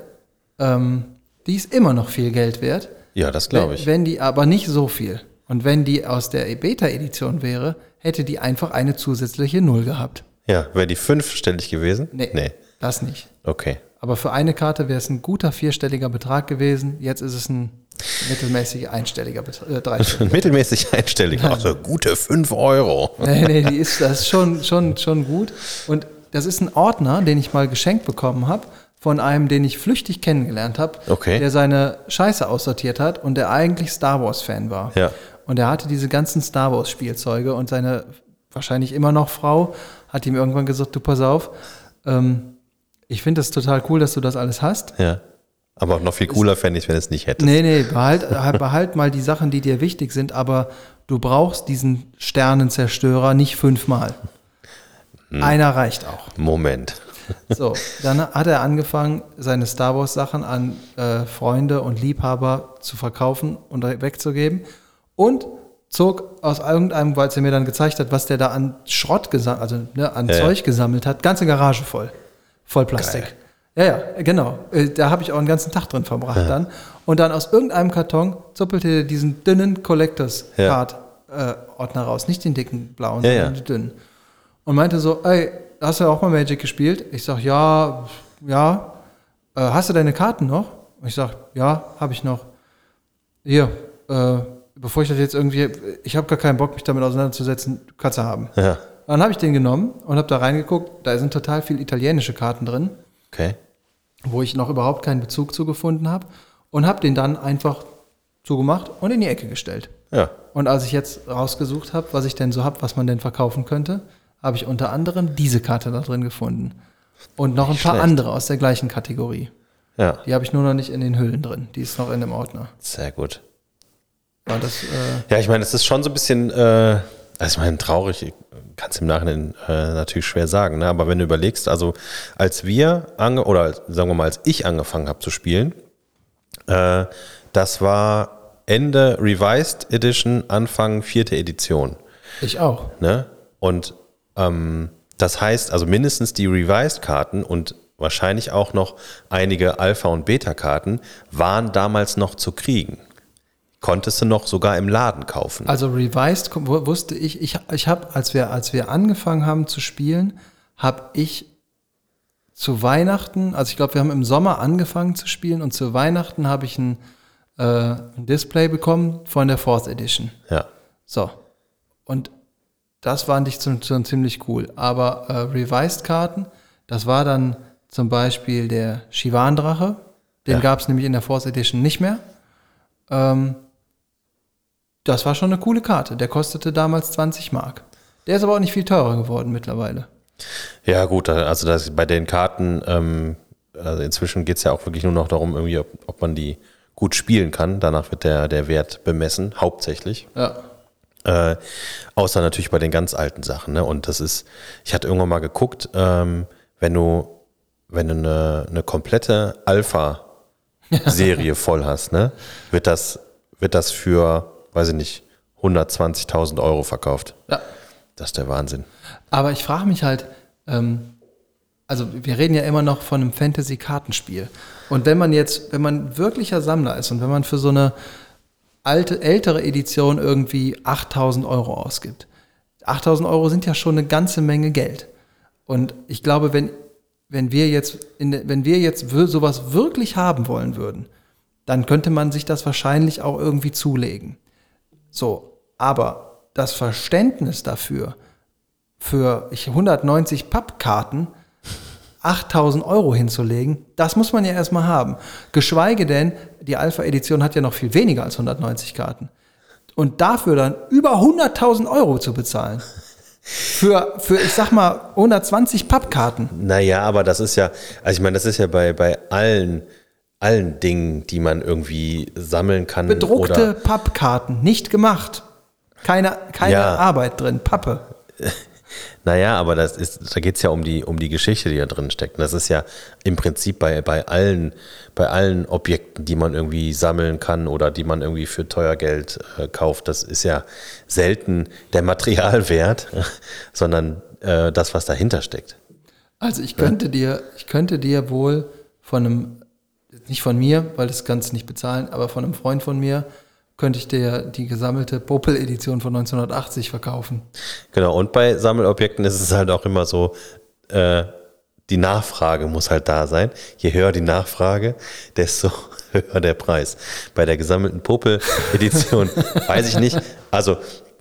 Speaker 1: ähm, die ist immer noch viel Geld wert.
Speaker 2: ja das glaube ich.
Speaker 1: Wenn, wenn die aber nicht so viel. Und wenn die aus der Beta-Edition wäre, hätte die einfach eine zusätzliche Null gehabt.
Speaker 2: Ja, wäre die fünfstellig gewesen? Nee.
Speaker 1: Das nicht.
Speaker 2: Okay.
Speaker 1: Aber für eine Karte wäre es ein guter vierstelliger Betrag gewesen. Jetzt ist es ein mittelmäßig einstelliger Betrag. Äh, dreistelliger.
Speaker 2: Mittelmäßig einstellig. Also gute 5 Euro.
Speaker 1: nee, nee, die ist, das ist schon, schon, schon gut. Und das ist ein Ordner, den ich mal geschenkt bekommen habe von einem, den ich flüchtig kennengelernt habe,
Speaker 2: Okay.
Speaker 1: der seine Scheiße aussortiert hat und der eigentlich Star Wars-Fan war.
Speaker 2: Ja.
Speaker 1: Und er hatte diese ganzen Star Wars-Spielzeuge und seine wahrscheinlich immer noch Frau hat ihm irgendwann gesagt, du pass auf, ähm, ich finde das total cool, dass du das alles hast.
Speaker 2: Ja. Aber noch viel cooler fände ich, wenn es nicht hätte.
Speaker 1: Nee, nee, behalt, äh, halt, behalt mal die Sachen, die dir wichtig sind, aber du brauchst diesen Sternenzerstörer nicht fünfmal. Einer reicht auch.
Speaker 2: Moment.
Speaker 1: So, dann hat er angefangen, seine Star Wars Sachen an äh, Freunde und Liebhaber zu verkaufen und wegzugeben und zog aus irgendeinem, weil es er mir dann gezeigt hat, was der da an Schrott gesammelt, also ne, an
Speaker 2: Ja, ja.
Speaker 1: Zeug gesammelt hat, ganze Garage voll, voll Plastik. Ja, ja, genau. Äh, Da habe ich auch einen ganzen Tag drin verbracht dann. Und dann aus irgendeinem Karton zuppelte er diesen dünnen Collectors
Speaker 2: Ja.
Speaker 1: Card äh, Ordner raus, nicht den dicken blauen,
Speaker 2: Ja,
Speaker 1: sondern
Speaker 2: ja.
Speaker 1: den dünnen und meinte so, ey, hast du auch mal Magic gespielt? Ich sag, ja, ja. Äh, hast du deine Karten noch? Und ich sag, ja, habe ich noch. Hier, äh, bevor ich das jetzt irgendwie, ich habe gar keinen Bock, mich damit auseinanderzusetzen, kannst du haben.
Speaker 2: Ja.
Speaker 1: Dann habe ich den genommen und habe da reingeguckt, da sind total viel italienische Karten drin,
Speaker 2: Okay.
Speaker 1: wo ich noch überhaupt keinen Bezug zu gefunden habe und habe den dann einfach zugemacht und in die Ecke gestellt.
Speaker 2: Ja.
Speaker 1: Und als ich jetzt rausgesucht habe, was ich denn so habe, was man denn verkaufen könnte, habe ich unter anderem diese Karte da drin gefunden. Und noch ein
Speaker 2: Nicht
Speaker 1: paar
Speaker 2: schlecht.
Speaker 1: andere aus der gleichen Kategorie.
Speaker 2: Ja.
Speaker 1: Die habe ich nur noch nicht in den Hüllen drin. Die ist noch in dem Ordner.
Speaker 2: Sehr gut.
Speaker 1: War das, äh,
Speaker 2: Ja, ich meine, es ist schon so ein bisschen, äh, also ich meine, traurig, kannst im Nachhinein äh, natürlich schwer sagen, ne? aber wenn du überlegst, also als wir, ange oder als- sagen wir mal, als ich angefangen habe zu spielen, äh, das war Ende Revised Edition, Anfang vierte Edition.
Speaker 1: ich auch.
Speaker 2: Ne? Und ähm, das heißt, also mindestens die Revised-Karten und wahrscheinlich auch noch einige Alpha- und Beta-Karten waren damals noch zu kriegen. Konntest du noch sogar im Laden kaufen.
Speaker 1: Also Revised kom- wu- wusste ich, ich, ich habe, als wir, als wir angefangen haben zu spielen, habe ich zu Weihnachten, also ich glaube, wir haben im Sommer angefangen zu spielen und zu Weihnachten habe ich ein, äh, ein Display bekommen von der Fourth Edition.
Speaker 2: Ja.
Speaker 1: So. Und das waren nicht schon, schon ziemlich cool. Aber äh, Revised-Karten, das war dann zum Beispiel der Shivan-Drache. Den
Speaker 2: Ja.
Speaker 1: gab es nämlich in der Force Edition nicht mehr. Ähm, das war schon eine coole Karte. Der kostete damals 20 Mark. Der ist aber auch nicht viel teurer geworden mittlerweile.
Speaker 2: Ja, gut, also das, bei den Karten, ähm, also inzwischen geht es ja auch wirklich nur noch darum, irgendwie, ob, ob man die gut spielen kann. Danach wird der, der Wert bemessen, hauptsächlich.
Speaker 1: Ja.
Speaker 2: Äh, außer natürlich bei den ganz alten Sachen. Ne? Und das ist, ich hatte irgendwann mal geguckt, ähm, wenn du, wenn du eine, eine komplette Alpha-Serie voll hast, ne? wird, das, wird das für, weiß ich nicht, 120.000 Euro verkauft.
Speaker 1: Ja.
Speaker 2: Das ist der Wahnsinn.
Speaker 1: Aber ich frage mich halt, ähm, also wir reden ja immer noch von einem Fantasy-Kartenspiel. Und wenn man jetzt, wenn man wirklicher Sammler ist und wenn man für so eine alte, ältere Edition irgendwie 8000 Euro ausgibt, 8000 Euro sind ja schon eine ganze Menge Geld. Und ich glaube, wenn, wenn wir jetzt, in, der- wenn wir jetzt wir- sowas wirklich haben wollen würden, dann könnte man sich das wahrscheinlich auch irgendwie zulegen. So, aber das Verständnis dafür, für ich, 190 Pappkarten 8000 Euro hinzulegen, das muss man ja erstmal haben. Geschweige denn, die Alpha-Edition hat ja noch viel weniger als 190 Karten. Und dafür dann über 100.000 Euro zu bezahlen. Für, für, ich sag mal, 120 Pappkarten.
Speaker 2: Naja, aber das ist ja, also ich meine, das ist ja bei, bei allen, allen Dingen, die man irgendwie sammeln kann.
Speaker 1: Bedruckte
Speaker 2: Oder,
Speaker 1: Pappkarten, nicht gemacht. Keine, keine
Speaker 2: Ja.
Speaker 1: Arbeit drin, Pappe.
Speaker 2: naja, aber das ist, da geht's ja um die, um die Geschichte, die da drin steckt. Und das ist ja im Prinzip bei, bei allen, bei allen Objekten, die man irgendwie sammeln kann oder die man irgendwie für teuer Geld äh, kauft, das ist ja selten der Materialwert, sondern äh, das, was dahinter steckt.
Speaker 1: Also ich könnte dir, ich könnte dir wohl von einem, nicht von mir, weil das kannst du nicht bezahlen, aber von einem Freund von mir, könnte ich dir die gesammelte Popel-Edition von 1980 verkaufen.
Speaker 2: Genau, und bei Sammelobjekten ist es halt auch immer so, äh, die Nachfrage muss halt da sein. Je höher die Nachfrage, desto höher der Preis. Bei der gesammelten Popel-Edition weiß ich nicht. Also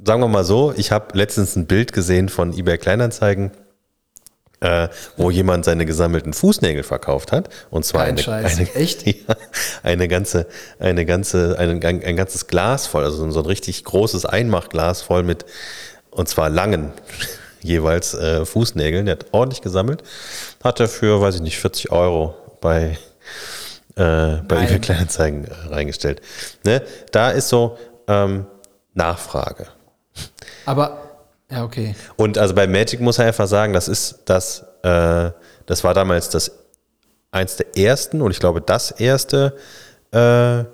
Speaker 2: sagen wir mal so, ich habe letztens ein Bild gesehen von eBay Kleinanzeigen, äh, wo jemand seine gesammelten Fußnägel verkauft hat. Und zwar
Speaker 1: Kein
Speaker 2: eine,
Speaker 1: Scheiß.
Speaker 2: eine,
Speaker 1: Echt?
Speaker 2: Ja, eine ganze, eine ganze, ein, ein, ein ganzes Glas voll, also so ein richtig großes Einmachglas voll mit, und zwar langen jeweils äh, Fußnägeln. Der hat ordentlich gesammelt. Hat er für, weiß ich nicht, 40 Euro bei, äh, bei
Speaker 1: Nein.
Speaker 2: eBay Kleinanzeigen äh, reingestellt. Ne? Da ist so ähm, Nachfrage.
Speaker 1: Aber, ja, okay.
Speaker 2: Und also bei Magic muss er einfach sagen, das ist das, äh, das war damals das eins der ersten und ich glaube das erste äh,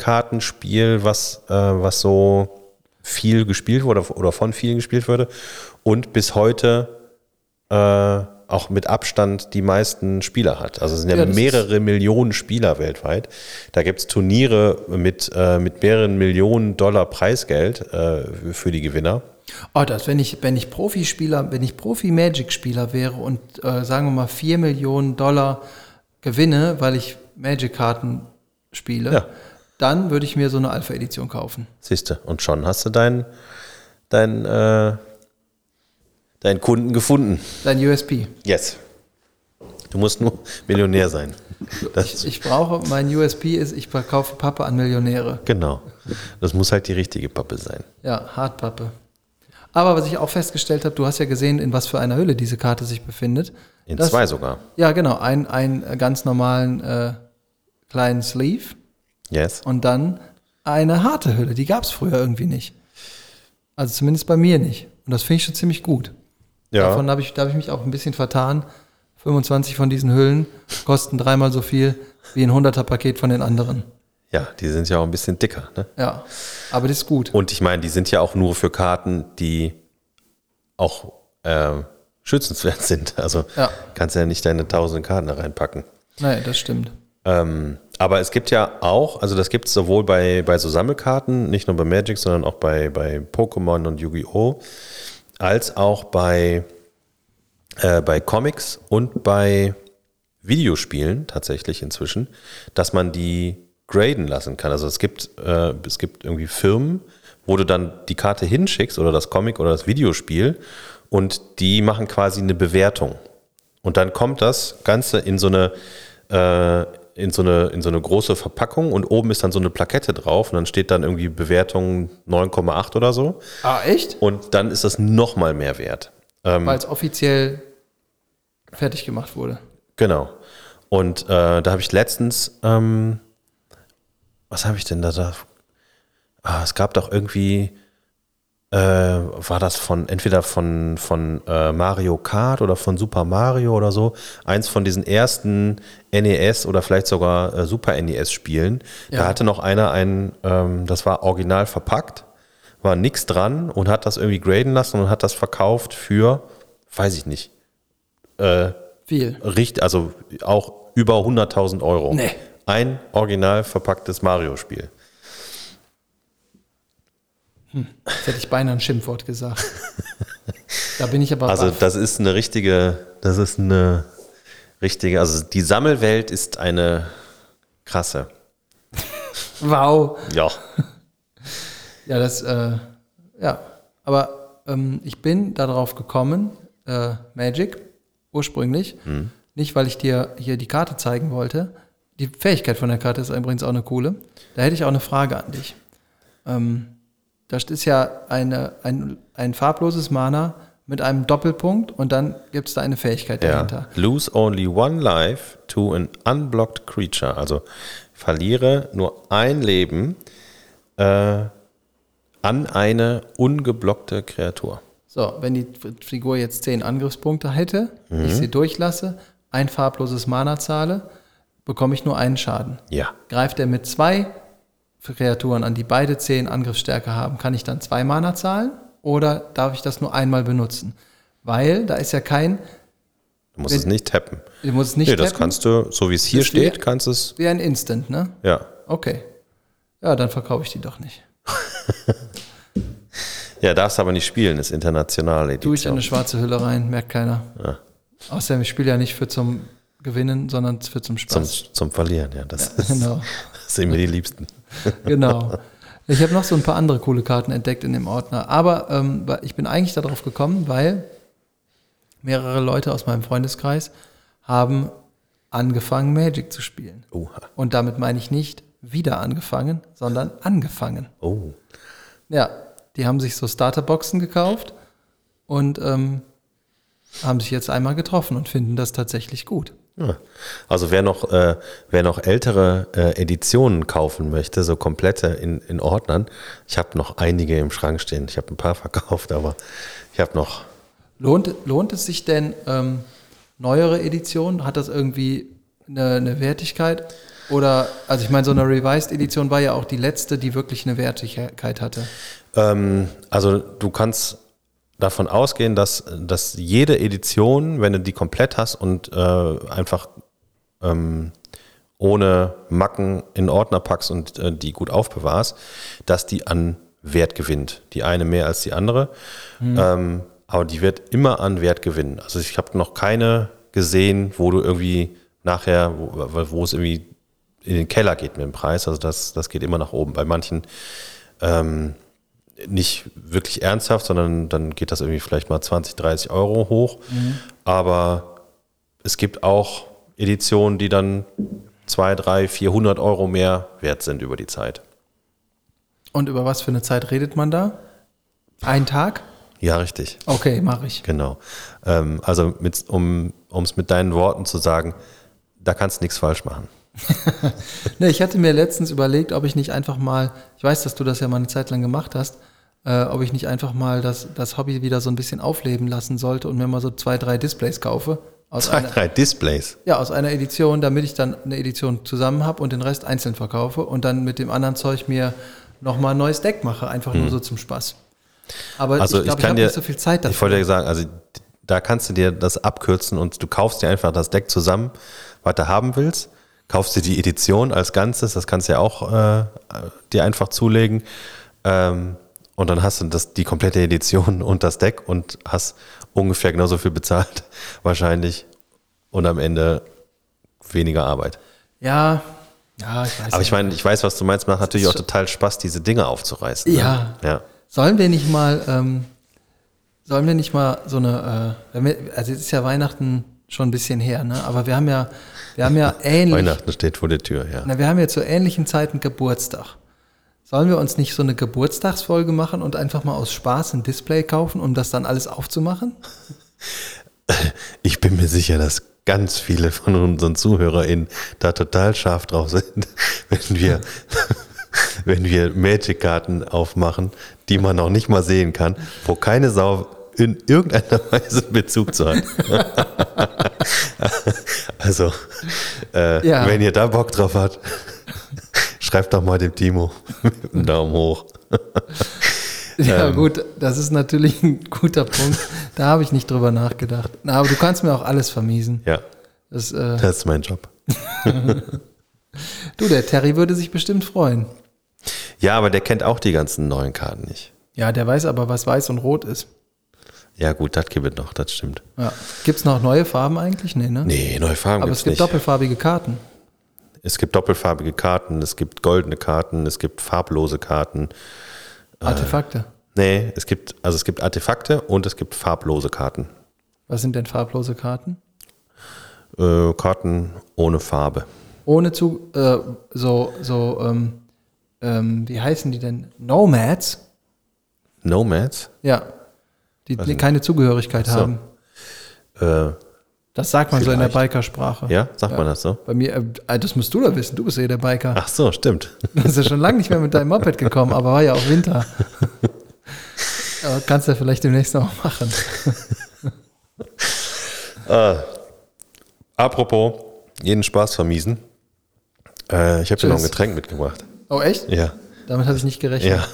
Speaker 2: Sammelkartenspiel, was, äh, was so viel gespielt wurde oder von vielen gespielt wurde und bis heute äh, auch mit Abstand die meisten Spieler hat. Also es sind ja,
Speaker 1: Ja, das
Speaker 2: mehrere Millionen Spieler weltweit. Da gibt es Turniere mit, äh, mit mehreren Millionen Dollar Preisgeld äh, für die Gewinner.
Speaker 1: Oh, das, wenn ich, wenn ich Profispieler, wenn ich Profi-Magic-Spieler wäre und äh, sagen wir mal 4 Millionen Dollar gewinne, weil ich Magic-Karten spiele,
Speaker 2: Ja.
Speaker 1: dann würde ich mir so eine Alpha-Edition kaufen.
Speaker 2: Siehste, und schon hast du deinen dein, äh, deinen Kunden gefunden.
Speaker 1: Dein USP.
Speaker 2: Yes. Du musst nur Millionär sein. Das,
Speaker 1: Ich brauche, mein USP ist, ich verkaufe Pappe an Millionäre.
Speaker 2: genau. Das muss halt die richtige Pappe sein.
Speaker 1: Ja, Hartpappe. Aber was ich auch festgestellt habe, du hast ja gesehen, in was für einer Höhle diese Karte sich befindet.
Speaker 2: In
Speaker 1: Das-
Speaker 2: zwei sogar.
Speaker 1: Ja, genau. Ein, einen ganz normalen äh, kleinen Sleeve
Speaker 2: Yes.
Speaker 1: und dann eine harte Hülle. Die gab es früher irgendwie nicht. Also zumindest bei mir nicht. Und das finde ich schon ziemlich gut.
Speaker 2: Ja.
Speaker 1: Davon habe ich, da habe ich mich auch ein bisschen vertan. 25 von diesen Hüllen kosten dreimal so viel wie ein 100er-Paket von den anderen.
Speaker 2: ja, die sind ja auch ein bisschen dicker. Ne?
Speaker 1: Ja, aber das ist gut.
Speaker 2: Und ich meine, die sind ja auch nur für Karten, die auch äh, schützenswert sind. Also
Speaker 1: Ja.
Speaker 2: kannst ja nicht deine tausenden Karten da reinpacken.
Speaker 1: Naja, das stimmt.
Speaker 2: Ähm, aber es gibt ja auch, also das gibt es sowohl bei, bei so Sammelkarten, nicht nur bei Magic, sondern auch bei, bei Pokémon und Yu-Gi-Oh!, als auch bei, äh, bei Comics und bei Videospielen tatsächlich inzwischen, dass man die graden lassen kann. Also es gibt, äh, es gibt irgendwie Firmen, wo du dann die Karte hinschickst oder das Comic oder das Videospiel und die machen quasi eine Bewertung. Und dann kommt das Ganze in so eine, äh, in so eine, in so eine große Verpackung und oben ist dann so eine Plakette drauf und dann steht dann irgendwie Bewertung 9,8 oder so.
Speaker 1: Ah, echt?
Speaker 2: Und dann ist das nochmal mehr wert. Ähm,
Speaker 1: Weil es offiziell fertig gemacht wurde.
Speaker 2: Genau. Und äh, da habe ich letztens, ähm, was habe ich denn da? da ah, es gab doch irgendwie äh, war das von entweder von, von äh, Mario Kart oder von Super Mario oder so, eins von diesen ersten NES oder vielleicht sogar äh, Super NES-Spielen. Da
Speaker 1: Ja.
Speaker 2: hatte noch einer einen, ähm, das war original verpackt, war nix dran und hat das irgendwie graden lassen und hat das verkauft für, weiß ich nicht,
Speaker 1: Viel.
Speaker 2: richt, also auch über 100.000 Euro.
Speaker 1: Nee.
Speaker 2: Ein original verpacktes Mario-Spiel.
Speaker 1: Jetzt hätte ich beinahe ein Schimpfwort gesagt. da bin ich aber
Speaker 2: Also
Speaker 1: baff.
Speaker 2: das ist eine richtige, das ist eine richtige, also die Sammelwelt ist eine krasse.
Speaker 1: wow.
Speaker 2: Ja.
Speaker 1: Ja, das, äh, ja. Aber ähm, ich bin darauf gekommen, äh, Magic, ursprünglich. Nicht, weil ich dir hier die Karte zeigen wollte. Die Fähigkeit von der Karte ist übrigens auch eine coole. Da hätte ich auch eine Frage an dich. Ähm, das ist ja eine, ein, ein farbloses Mana mit einem Doppelpunkt und dann gibt es da eine Fähigkeit
Speaker 2: ja.
Speaker 1: dahinter.
Speaker 2: Lose only one life to an unblocked creature. Also verliere nur ein Leben äh, an eine ungeblockte Kreatur.
Speaker 1: So, wenn die F- Figur jetzt 10 Angriffspunkte hätte, ich sie durchlasse, ein farbloses Mana zahle, bekomme ich nur einen Schaden.
Speaker 2: Ja.
Speaker 1: Greift er mit zwei Kreaturen an, die beide 10 Angriffsstärke haben, kann ich dann zwei Mana zahlen oder darf ich das nur einmal benutzen? Weil da ist ja kein,
Speaker 2: Du musst es nicht tappen.
Speaker 1: du musst es nicht
Speaker 2: nee, das
Speaker 1: tappen,
Speaker 2: kannst du, so wie es hier
Speaker 1: Das ist wie-
Speaker 2: steht, kannst du es,
Speaker 1: wie ein Instant, ne?
Speaker 2: ja.
Speaker 1: Okay. Ja, dann verkaufe ich die doch nicht.
Speaker 2: Ja, darfst aber nicht spielen, ist international
Speaker 1: Tue ich in
Speaker 2: Edition.
Speaker 1: eine schwarze Hülle rein, merkt keiner.
Speaker 2: Ja.
Speaker 1: Außerdem, ich spiele ja nicht für zum Gewinnen, sondern für zum
Speaker 2: Zum,
Speaker 1: Spaß.
Speaker 2: zum Verlieren, ja. Das, ist,
Speaker 1: genau.
Speaker 2: das sind mir die Liebsten.
Speaker 1: genau. Ich habe noch so ein paar andere coole Karten entdeckt in dem Ordner. Aber ähm, ich bin eigentlich darauf gekommen, weil mehrere Leute aus meinem Freundeskreis haben angefangen, Magic zu spielen.
Speaker 2: Oha.
Speaker 1: Und damit meine ich nicht wieder angefangen, sondern angefangen.
Speaker 2: Oh.
Speaker 1: Ja, die haben sich so Starterboxen gekauft und ähm, haben sich jetzt einmal getroffen und finden das tatsächlich gut.
Speaker 2: Ja. Also wer noch, äh, wer noch ältere äh, Editionen kaufen möchte, so komplette in, in Ordnern, ich habe noch einige im Schrank stehen. Ich habe ein paar verkauft, aber ich habe noch.
Speaker 1: Lohnt, lohnt es sich denn, ähm, neuere Editionen, hat das irgendwie eine, eine Wertigkeit? Oder, also ich meine, so eine Revised-Edition war ja auch die letzte, die wirklich eine Wertigkeit hatte.
Speaker 2: Ähm, also du kannst davon ausgehen, dass, dass jede Edition, wenn du die komplett hast und äh, einfach ähm, ohne Macken in Ordner packst und äh, die gut aufbewahrst, dass die an Wert gewinnt. Die eine mehr als die andere. Ähm, aber die wird immer an Wert gewinnen. Also ich habe noch keine gesehen, wo du irgendwie nachher, wo, wo es irgendwie in den Keller geht mit dem Preis. Also das, das geht immer nach oben. Bei manchen ähm, nicht wirklich ernsthaft, sondern dann geht das irgendwie vielleicht mal 20, 30 Euro hoch. Aber es gibt auch Editionen, die dann 2, 3, 400 Euro mehr wert sind über die Zeit.
Speaker 1: Und über was für eine Zeit redet man da? Ein Tag?
Speaker 2: Ja, richtig.
Speaker 1: Okay, mache ich.
Speaker 2: Genau. Ähm, also, mit, um es mit deinen Worten zu sagen, da kannst du nichts falsch machen.
Speaker 1: Ne, ich hatte mir letztens überlegt, ob ich nicht einfach mal, ich weiß, dass du das ja mal eine Zeit lang gemacht hast, äh, ob ich nicht einfach mal das, das Hobby wieder so ein bisschen aufleben lassen sollte und mir mal so zwei, drei Displays kaufe. Aus
Speaker 2: Zwei,
Speaker 1: einer,
Speaker 2: drei Displays.
Speaker 1: Ja, aus einer Edition, damit ich dann eine Edition zusammen habe und den Rest einzeln verkaufe und dann mit dem anderen Zeug mir nochmal ein neues Deck mache, einfach nur so zum Spaß. Aber
Speaker 2: Hm. Also,
Speaker 1: ich
Speaker 2: ich,
Speaker 1: glaube, ich,
Speaker 2: kann
Speaker 1: habe
Speaker 2: dir.
Speaker 1: nicht so viel Zeit
Speaker 2: Ich
Speaker 1: dafür.
Speaker 2: wollte dir sagen, also, da kannst du dir das abkürzen und du kaufst dir einfach das Deck zusammen, was du haben willst. Kaufst dir die Edition als Ganzes, das kannst du ja auch äh, dir einfach zulegen. Ähm, und dann hast du das, die komplette Edition und das Deck und hast ungefähr genauso viel bezahlt, wahrscheinlich. Und am Ende weniger Arbeit.
Speaker 1: Ja, ja, ich weiß
Speaker 2: Aber
Speaker 1: nicht.
Speaker 2: ich meine, ich weiß, was du meinst. Macht natürlich auch total Spaß, diese Dinge aufzureißen. ne?
Speaker 1: Ja.
Speaker 2: Ja.
Speaker 1: Sollen wir nicht mal, ähm, sollen wir nicht mal so eine, äh, wenn wir, also jetzt ist ja Weihnachten schon ein bisschen her, ne? Aber wir haben ja, wir haben ja ähnlich,
Speaker 2: Weihnachten steht vor der Tür, ja.
Speaker 1: na, wir haben ja zu ähnlichen Zeiten Geburtstag. Sollen wir uns nicht so eine Geburtstagsfolge machen und einfach mal aus Spaß ein Display kaufen, um das dann alles aufzumachen?
Speaker 2: Ich bin mir sicher, dass ganz viele von unseren ZuhörerInnen da total scharf drauf sind, wenn wir wenn wir Magic-Karten aufmachen, die man noch nicht mal sehen kann, wo keine Sau in irgendeiner Weise Bezug zu hat. also, äh,
Speaker 1: Ja.
Speaker 2: wenn ihr da Bock drauf habt, schreibt doch mal dem Timo mit einem Daumen hoch.
Speaker 1: Ja,
Speaker 2: Ähm.
Speaker 1: gut, das ist natürlich ein guter Punkt. Da habe ich nicht drüber nachgedacht. Na, aber du kannst mir auch alles vermiesen.
Speaker 2: Ja,
Speaker 1: Das, äh,
Speaker 2: das ist mein Job.
Speaker 1: du, der Terry würde sich bestimmt freuen.
Speaker 2: Ja, aber der kennt auch die ganzen neuen Karten nicht.
Speaker 1: Ja, der weiß aber, was weiß und rot ist.
Speaker 2: Ja, gut, das gibt es noch, das stimmt.
Speaker 1: Ja. Gibt es noch neue Farben eigentlich? Nee, ne?
Speaker 2: Nee, neue Farben
Speaker 1: aber
Speaker 2: gibt's
Speaker 1: es gibt
Speaker 2: nicht.
Speaker 1: doppelfarbige Karten.
Speaker 2: es gibt doppelfarbige Karten, es gibt goldene Karten, es gibt farblose Karten. Äh.
Speaker 1: Artefakte.
Speaker 2: Nee, es gibt, also es gibt Artefakte und es gibt farblose Karten.
Speaker 1: Was sind denn farblose Karten?
Speaker 2: Äh, Karten ohne Farbe.
Speaker 1: Ohne zu, äh, so, so, ähm, ähm, wie heißen die denn? Nomads?
Speaker 2: Nomads?
Speaker 1: Ja. Die keine Zugehörigkeit
Speaker 2: so.
Speaker 1: haben.
Speaker 2: Äh,
Speaker 1: Das sagt man so in der
Speaker 2: Vielleicht.
Speaker 1: Bikersprache.
Speaker 2: ja, sagt man das so?
Speaker 1: Bei mir, äh, das musst du da wissen, du bist ja eh der Biker.
Speaker 2: Ach so, stimmt.
Speaker 1: Du bist ja schon lange nicht mehr mit deinem Moped gekommen, aber war ja auch Winter. Aber kannst du ja vielleicht demnächst noch mal machen.
Speaker 2: Apropos, jeden Spaß vermiesen. Äh, ich habe dir noch ein
Speaker 1: Tschüss.
Speaker 2: Getränk mitgebracht.
Speaker 1: Oh, echt?
Speaker 2: Ja,
Speaker 1: Damit habe ich nicht gerechnet.
Speaker 2: ja.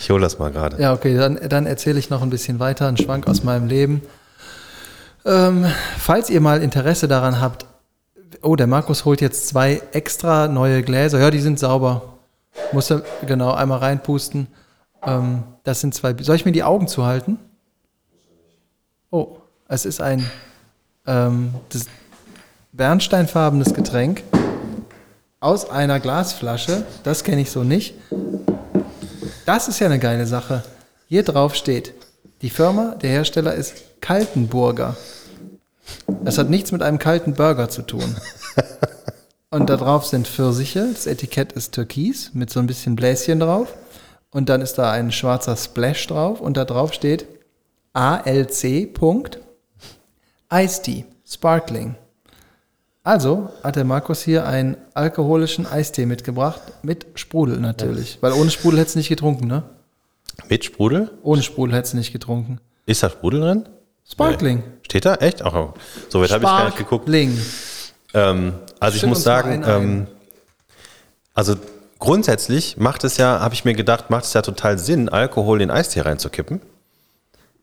Speaker 2: Ich hole das mal gerade.
Speaker 1: Ja, okay, dann, dann erzähle ich noch ein bisschen weiter, einen Schwank aus meinem Leben. Ähm, falls ihr mal Interesse daran habt, oh, der Markus holt jetzt zwei extra neue Gläser. Ja, die sind sauber. Muss er genau einmal reinpusten. Ähm, das sind zwei. Soll ich mir die Augen zuhalten? Oh, es ist ein ähm, das bernsteinfarbenes Getränk aus einer Glasflasche. Das kenne ich so nicht. Das ist ja eine geile Sache. Hier drauf steht, die Firma, der Hersteller ist Kaltenburger. Das hat nichts mit einem kalten Burger zu tun. Und da drauf sind Pfirsiche, das Etikett ist türkis mit so ein bisschen Bläschen drauf. Und dann ist da ein schwarzer Splash drauf und da drauf steht ALC. Punkt. Iced Tea, Sparkling. Also hat der Markus hier einen alkoholischen Eistee mitgebracht, mit Sprudel natürlich. Weil ohne Sprudel hättest du nicht getrunken, ne?
Speaker 2: Mit Sprudel?
Speaker 1: Ohne Sprudel hättest du nicht getrunken.
Speaker 2: Ist da Sprudel drin?
Speaker 1: Sparkling.
Speaker 2: Steht da? Echt? Ach, so weit habe ich gar nicht geguckt.
Speaker 1: Sparkling.
Speaker 2: Ähm, also ich
Speaker 1: Stimmt
Speaker 2: muss
Speaker 1: uns mal
Speaker 2: sagen,
Speaker 1: einen ein.
Speaker 2: ähm, also grundsätzlich macht es ja, habe ich mir gedacht, macht es ja total Sinn, Alkohol in Eistee reinzukippen.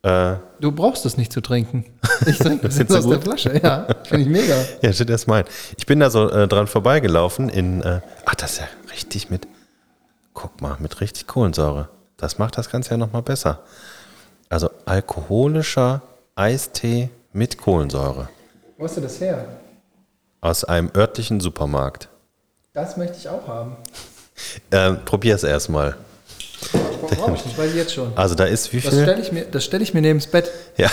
Speaker 2: Äh,
Speaker 1: Du brauchst es nicht zu trinken. Ich trinke das jetzt
Speaker 2: so
Speaker 1: aus der
Speaker 2: gut.
Speaker 1: Flasche. Ja, finde ich mega.
Speaker 2: Ja, shit, erst mein. Ich bin da so äh, dran vorbeigelaufen in, äh, ach, das ist ja richtig mit, guck mal, mit richtig Kohlensäure. Das macht das Ganze ja nochmal besser. Also alkoholischer Eistee mit Kohlensäure
Speaker 1: Wo hast du das her?
Speaker 2: aus einem örtlichen Supermarkt.
Speaker 1: Das möchte ich auch haben.
Speaker 2: Ähm, probier's erstmal.
Speaker 1: Warum? Ich weiß jetzt schon.
Speaker 2: Also da ist wie
Speaker 1: Das
Speaker 2: viel?
Speaker 1: stelle ich, mir- das stell ich mir neben das Bett.
Speaker 2: Ja.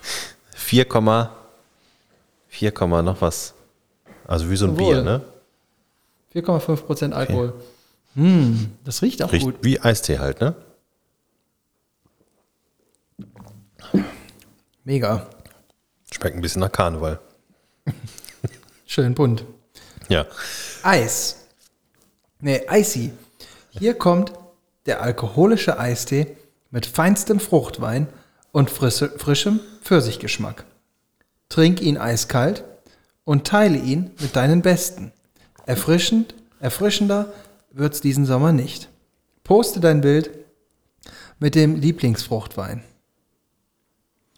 Speaker 2: 4, 4, Komma noch was. Also wie so ein
Speaker 1: Jawohl.
Speaker 2: Bier, ne?
Speaker 1: 4,5% Alkohol. Hm, das riecht auch
Speaker 2: Riecht
Speaker 1: gut.
Speaker 2: wie Eistee halt, ne?
Speaker 1: Mega.
Speaker 2: Schmeckt ein bisschen nach Karneval.
Speaker 1: Schön bunt.
Speaker 2: Ja.
Speaker 1: Eis. Nee, Icy. Hier kommt der alkoholische Eistee mit feinstem Fruchtwein und frisse, frischem Pfirsichgeschmack. Trink ihn eiskalt und teile ihn mit deinen Besten. Erfrischend, erfrischender wird's diesen Sommer nicht. Poste dein Bild mit dem Lieblingsfruchtwein.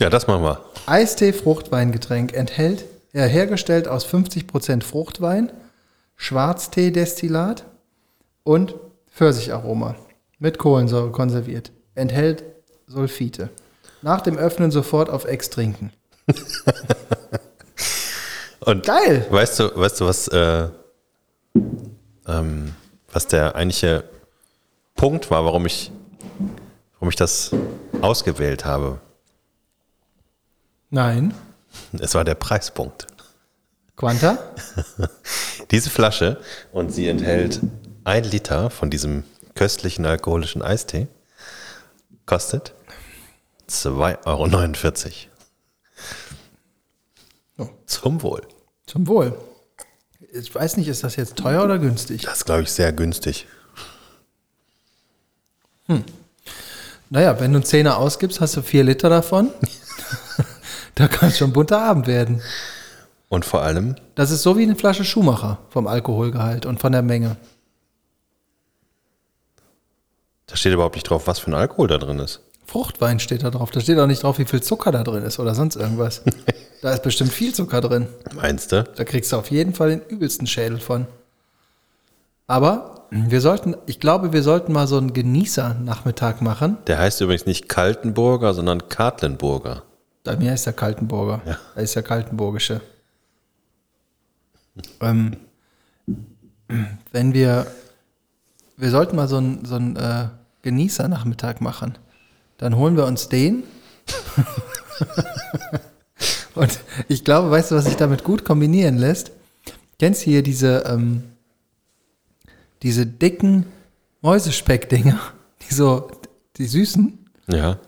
Speaker 2: Ja, das machen wir.
Speaker 1: Eistee Fruchtweingetränk enthält, äh, hergestellt aus 50% Fruchtwein, Schwarztee-Destillat und Pfirsicharoma mit Kohlensäure konserviert. Enthält Sulfite. Nach dem Öffnen sofort auf Ex trinken.
Speaker 2: Und
Speaker 1: Geil!
Speaker 2: weißt du, weißt du, was, äh, ähm, was der eigentliche Punkt war, warum ich, warum ich das ausgewählt habe?
Speaker 1: Nein.
Speaker 2: Es war der Preispunkt.
Speaker 1: Quanta?
Speaker 2: Diese Flasche und sie enthält ein Liter von diesem köstlichen alkoholischen Eistee. Kostet 2,49 Euro. Oh.
Speaker 1: Ja.
Speaker 2: Zum Wohl.
Speaker 1: Zum Wohl. Ich weiß nicht, ist das jetzt teuer oder günstig?
Speaker 2: Das ist, glaube ich, sehr günstig.
Speaker 1: Naja, wenn du einen Zehner ausgibst, hast du vier Liter davon. da kann es schon bunter Abend werden.
Speaker 2: Und vor allem,
Speaker 1: Das ist so wie eine Flasche Schumacher vom Alkoholgehalt und von der Menge.
Speaker 2: da steht überhaupt nicht drauf, was für ein Alkohol da drin ist.
Speaker 1: Fruchtwein steht da drauf. Da steht auch nicht drauf, wie viel Zucker da drin ist oder sonst irgendwas. da ist bestimmt viel Zucker drin.
Speaker 2: Meinst du?
Speaker 1: Da kriegst du auf jeden Fall den übelsten Schädel von. Aber wir sollten, ich glaube, wir sollten mal so einen Genießer-Nachmittag machen.
Speaker 2: Der heißt übrigens nicht Kaltenburger, sondern Kartlenburger.
Speaker 1: Bei mir ist der Kaltenburger.
Speaker 2: Ja.
Speaker 1: Er ist der Kaltenburgische. ähm, wenn wir, wir sollten mal so einen so einen, äh, Genießer-Nachmittag machen. Dann holen wir uns den. Und ich glaube, weißt du, was sich damit gut kombinieren lässt? Kennst du hier diese, ähm, diese dicken Mäusespeck-Dinger? Die so, die süßen?
Speaker 2: Ja.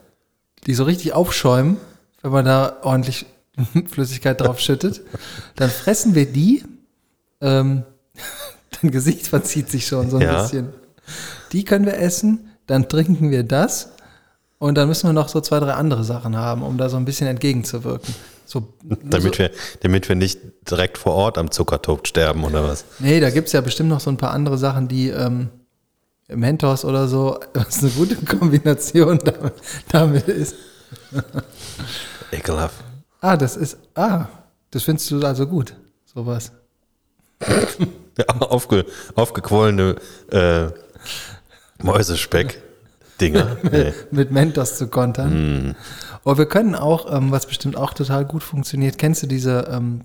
Speaker 1: die so richtig aufschäumen, wenn man da ordentlich Flüssigkeit drauf schüttet, dann fressen wir die. Ähm, dein Gesicht verzieht sich schon so ein
Speaker 2: Ja.
Speaker 1: bisschen. Die können wir essen, dann trinken wir das und dann müssen wir noch so zwei, drei andere Sachen haben, um da so ein bisschen entgegenzuwirken. So,
Speaker 2: Damit wir, damit wir nicht direkt vor Ort am Zuckertod sterben oder was.
Speaker 1: Nee, da gibt's ja bestimmt noch so ein paar andere Sachen, die ähm, Mentos oder so, was eine gute Kombination damit, damit ist.
Speaker 2: Ekelhaft.
Speaker 1: Ah, das ist. Ah, das findest du also gut, sowas.
Speaker 2: Ja, Aufge, aufgequollene äh, Mäusespeck-Dinger. Nee.
Speaker 1: Mit Mentos zu kontern. Und wir können auch, ähm, was bestimmt auch total gut funktioniert, kennst du diese, ähm,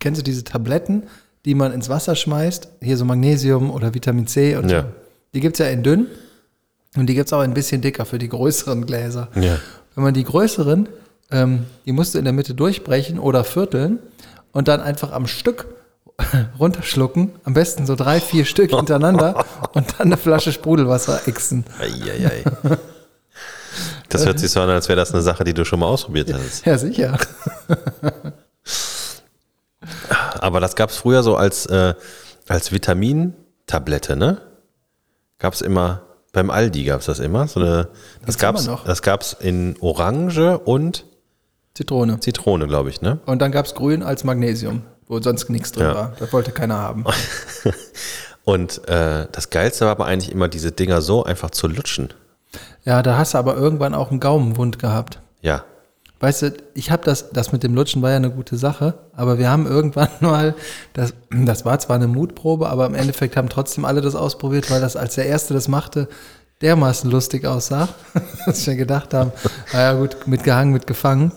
Speaker 1: kennst du diese Tabletten, die man ins Wasser schmeißt? Hier so Magnesium oder Vitamin C und
Speaker 2: Ja.
Speaker 1: so. Die gibt's ja in dünn und die gibt's auch ein bisschen dicker für die größeren Gläser.
Speaker 2: Ja.
Speaker 1: Wenn man die größeren, ähm, die musst du in der Mitte durchbrechen oder vierteln und dann einfach am Stück runterschlucken. Am besten so drei, vier Stück hintereinander und dann eine Flasche Sprudelwasser exen.
Speaker 2: Eieiei. Das hört sich so an, als wäre das eine Sache, die du schon mal ausprobiert hast.
Speaker 1: Ja, sicher.
Speaker 2: Aber das gab es früher so als, äh, als Vitamintablette, ne? Gab es immer, beim Aldi gab es das immer. So eine,
Speaker 1: Gibt's
Speaker 2: das
Speaker 1: immer
Speaker 2: gab es
Speaker 1: noch.
Speaker 2: das gab's in Orange und
Speaker 1: Zitrone.
Speaker 2: Zitrone, glaube ich, ne?
Speaker 1: Und dann gab's Grün als Magnesium, wo sonst nichts drin
Speaker 2: Ja.
Speaker 1: war. Das wollte keiner haben.
Speaker 2: Und äh, das Geilste war aber eigentlich immer, diese Dinger so einfach zu lutschen.
Speaker 1: Ja, da hast du aber irgendwann auch einen Gaumenwund gehabt.
Speaker 2: Ja.
Speaker 1: Weißt du, ich habe das, das mit dem Lutschen war ja eine gute Sache, aber wir haben irgendwann mal, das, das war zwar eine Mutprobe, aber im Endeffekt haben trotzdem alle das ausprobiert, weil das, als der Erste das machte, dermaßen lustig aussah, dass wir gedacht haben, naja gut, mitgehangen, mitgefangen.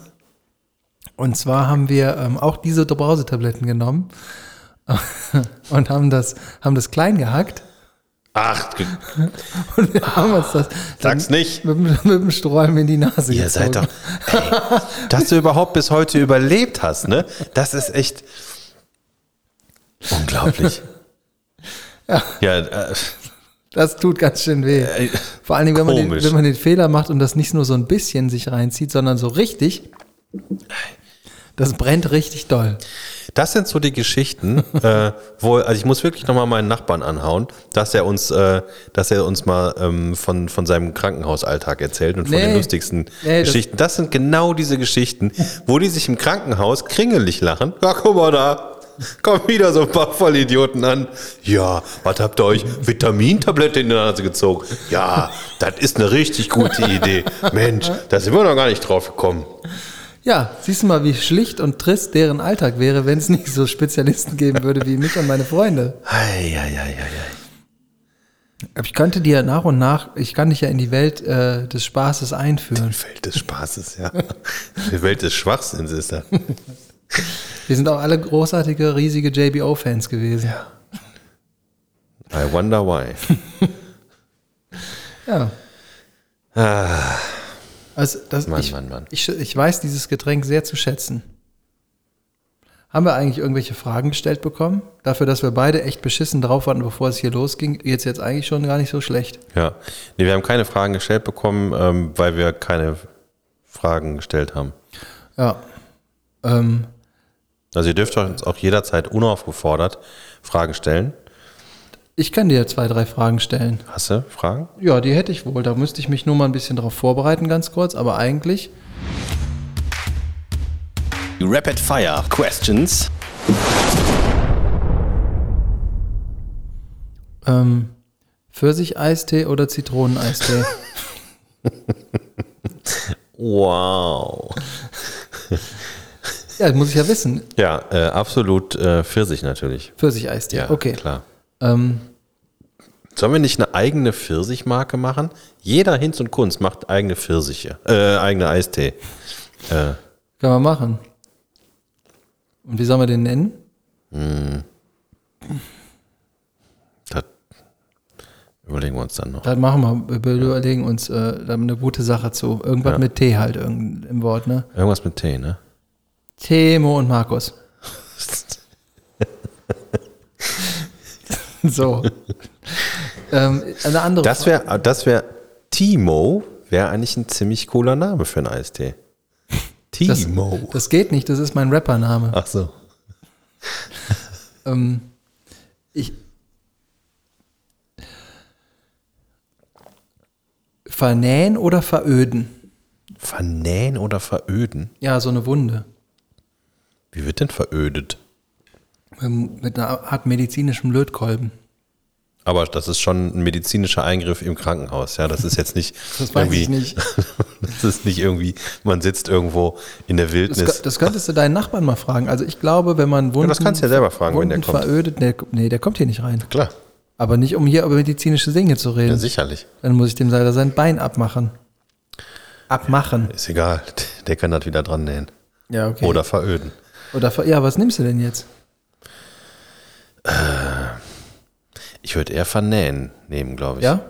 Speaker 1: Und zwar haben wir ähm, auch diese Brausetabletten genommen und haben das, haben das klein gehackt
Speaker 2: Ach, ge-
Speaker 1: und wir haben uns das
Speaker 2: sag's nicht.
Speaker 1: mit, mit dem Strohhalm in die Nase
Speaker 2: Ihr seid doch. Ey, dass du überhaupt bis heute überlebt hast, ne? Das ist echt unglaublich.
Speaker 1: Ja.
Speaker 2: Ja, äh,
Speaker 1: Das tut ganz schön weh.
Speaker 2: Ey,
Speaker 1: Vor allen Dingen, wenn man, den,
Speaker 2: komisch.
Speaker 1: wenn man den Fehler macht und das nicht nur so ein bisschen sich reinzieht, sondern so richtig. Das brennt richtig doll.
Speaker 2: das sind so die Geschichten, äh, wo, also ich muss wirklich nochmal meinen Nachbarn anhauen, dass er uns, äh, dass er uns mal ähm, von, von seinem Krankenhausalltag erzählt und von den
Speaker 1: Nee.
Speaker 2: lustigsten
Speaker 1: Nee, das-
Speaker 2: Geschichten. Das, sind genau diese Geschichten, wo die sich im Krankenhaus kringelig lachen. Ja, guck mal da. Kommen wieder so ein paar Vollidioten an. Ja, was habt ihr euch? Vitamintablette in die Nase gezogen. Ja, das ist eine richtig gute Idee. Mensch, da sind wir noch gar nicht drauf gekommen.
Speaker 1: Ja, siehst du mal, wie schlicht und trist deren Alltag wäre, wenn es nicht so Spezialisten geben würde wie mich und meine Freunde.
Speaker 2: Ei, ei, ei, ei, ei.
Speaker 1: Aber ich könnte dir nach und nach, ich kann dich ja in die Welt äh, des Spaßes einführen.
Speaker 2: Welt des Spaßes, ja. Die Welt des Schwachsinns ist da.
Speaker 1: Wir sind auch alle großartige, riesige JBO-Fans gewesen.
Speaker 2: I wonder why.
Speaker 1: Ja. Also, das,
Speaker 2: Ah. Mann,
Speaker 1: ich,
Speaker 2: Mann, Mann.
Speaker 1: Ich, ich weiß dieses Getränk sehr zu schätzen. Haben wir eigentlich irgendwelche Fragen gestellt bekommen? Dafür, dass wir beide echt beschissen drauf waren, bevor es hier losging, jetzt jetzt eigentlich schon gar nicht so schlecht.
Speaker 2: Ja. Nee, wir haben keine Fragen gestellt bekommen, ähm, weil wir keine Fragen gestellt haben.
Speaker 1: Ja. Ähm,
Speaker 2: Also ihr dürft uns auch jederzeit unaufgefordert Fragen stellen.
Speaker 1: Ich kann dir zwei, drei Fragen stellen.
Speaker 2: Hast du Fragen?
Speaker 1: Ja, die hätte ich wohl. Da müsste ich mich nur mal ein bisschen drauf vorbereiten, ganz kurz. Aber eigentlich,
Speaker 2: Rapid Fire Questions.
Speaker 1: ähm, Pfirsich-Eistee oder Zitroneneistee?
Speaker 2: Wow.
Speaker 1: ja, das muss ich ja wissen.
Speaker 2: Ja, äh, absolut äh, Pfirsich natürlich.
Speaker 1: Pfirsich-Eistee,
Speaker 2: Ja,
Speaker 1: okay.
Speaker 2: klar.
Speaker 1: Ähm,
Speaker 2: Sollen wir nicht eine eigene Pfirsichmarke machen? Jeder Hinz und Kunst macht eigene Pfirsiche, äh, eigene Eistee. Äh,
Speaker 1: kann man machen. Und wie soll man den nennen?
Speaker 2: das überlegen wir uns dann noch.
Speaker 1: Dann machen wir, wir überlegen uns äh, da eine gute Sache zu. Irgendwas
Speaker 2: Ja.
Speaker 1: mit T halt irgend, im Wort, ne?
Speaker 2: Irgendwas mit Tee, ne?
Speaker 1: Temo und Markus. so. ähm, eine andere
Speaker 2: Das wäre, das wäre Timo, wäre eigentlich ein ziemlich cooler Name für einen Eistee.
Speaker 1: das,
Speaker 2: Timo. Ah.
Speaker 1: das geht nicht, das ist mein Rappername.
Speaker 2: Ach so.
Speaker 1: Ähm, ich Vernähen oder veröden?
Speaker 2: Vernähen oder veröden?
Speaker 1: Ja, so eine Wunde.
Speaker 2: Wie wird denn verödet?
Speaker 1: Ähm, Mit einer Art medizinischem Lötkolben.
Speaker 2: Aber das ist schon ein medizinischer Eingriff im Krankenhaus, ja. Das ist jetzt nicht
Speaker 1: Das weiß ich
Speaker 2: irgendwie-
Speaker 1: nicht.
Speaker 2: das ist nicht irgendwie, man sitzt irgendwo in der
Speaker 1: Das,
Speaker 2: Wildnis.
Speaker 1: kö- das könntest du deinen Nachbarn mal fragen. Also ich glaube, wenn man Wunden,
Speaker 2: das kannst du ja selber fragen, wenn
Speaker 1: Wunden
Speaker 2: der kommt.
Speaker 1: verödet, der, nee, der kommt hier nicht rein.
Speaker 2: Klar,
Speaker 1: Aber nicht, um hier über medizinische Dinge zu
Speaker 2: ja,
Speaker 1: reden.
Speaker 2: sicherlich.
Speaker 1: Dann muss ich dem leider sein Bein abmachen. Abmachen.
Speaker 2: Ist egal. Der kann das wieder dran nähen.
Speaker 1: Ja, okay.
Speaker 2: Oder veröden.
Speaker 1: Oder ver- ja, was nimmst du denn jetzt?
Speaker 2: Ich würde eher vernähen nehmen, glaube ich.
Speaker 1: Ja?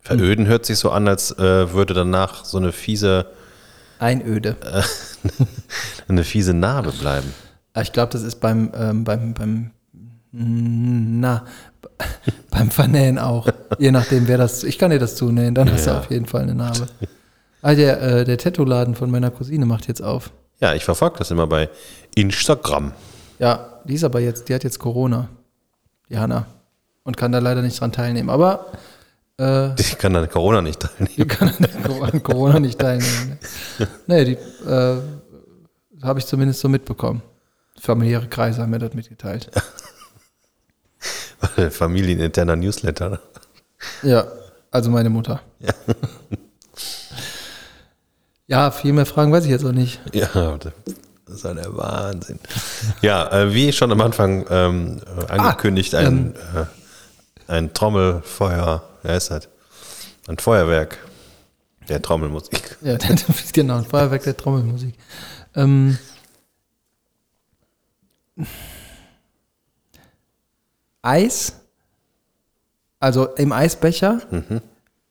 Speaker 2: Veröden hört sich so an, als äh, würde danach so eine fiese,
Speaker 1: Einöde.
Speaker 2: eine fiese Narbe bleiben.
Speaker 1: Ah, Ich glaube, das ist beim, ähm, beim, beim, mm, na, beim Vernähen auch. Je nachdem, wer das, ich kann dir das zunähen, dann hast du
Speaker 2: Ja.
Speaker 1: auf jeden Fall eine Narbe. Ah, der, äh, der Tattoo-Laden von meiner Cousine macht jetzt auf.
Speaker 2: Ja, ich verfolge das immer bei Instagram.
Speaker 1: Ja, die ist aber jetzt, die hat jetzt Corona. Die Hanna. Und kann da leider nicht dran teilnehmen. Aber, äh,
Speaker 2: Ich kann an Corona nicht teilnehmen.
Speaker 1: Die kann an an Corona nicht teilnehmen. ne? Nee, die äh, habe ich zumindest so mitbekommen. Familiäre Kreise haben mir das mitgeteilt.
Speaker 2: Familieninterner Newsletter. ne?
Speaker 1: Ja, also meine Mutter. Ja. viel mehr Fragen weiß ich jetzt auch nicht.
Speaker 2: Ja, das ist ja der Wahnsinn. Ja, äh, wie schon am Anfang ähm, äh, angekündigt, ein, äh, ein Trommelfeuer, wer ist das? Ein Feuerwerk der Trommelmusik.
Speaker 1: Ja, genau, ein Feuerwerk der Trommelmusik. Ähm, Eis, also im Eisbecher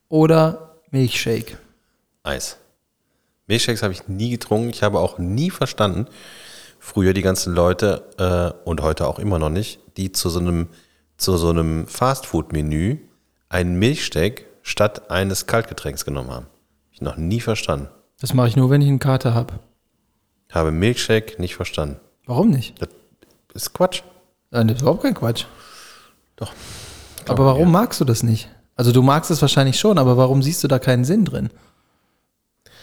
Speaker 1: oder Milchshake.
Speaker 2: Eis. Milchshakes habe ich nie getrunken. Ich habe auch nie verstanden, früher die ganzen Leute äh, und heute auch immer noch nicht, die zu so einem, zu so einem Fastfood-Menü einen Milchshake statt eines Kaltgetränks genommen haben. Hab Ich noch nie verstanden.
Speaker 1: Das mache ich nur, wenn ich einen Kater habe.
Speaker 2: Habe Milchshake nicht verstanden.
Speaker 1: Warum nicht?
Speaker 2: Das ist Quatsch.
Speaker 1: Nein, Äh, das ist überhaupt kein Quatsch.
Speaker 2: Doch.
Speaker 1: Aber warum magst du das nicht? Also du magst es wahrscheinlich schon, aber warum siehst du da keinen Sinn drin?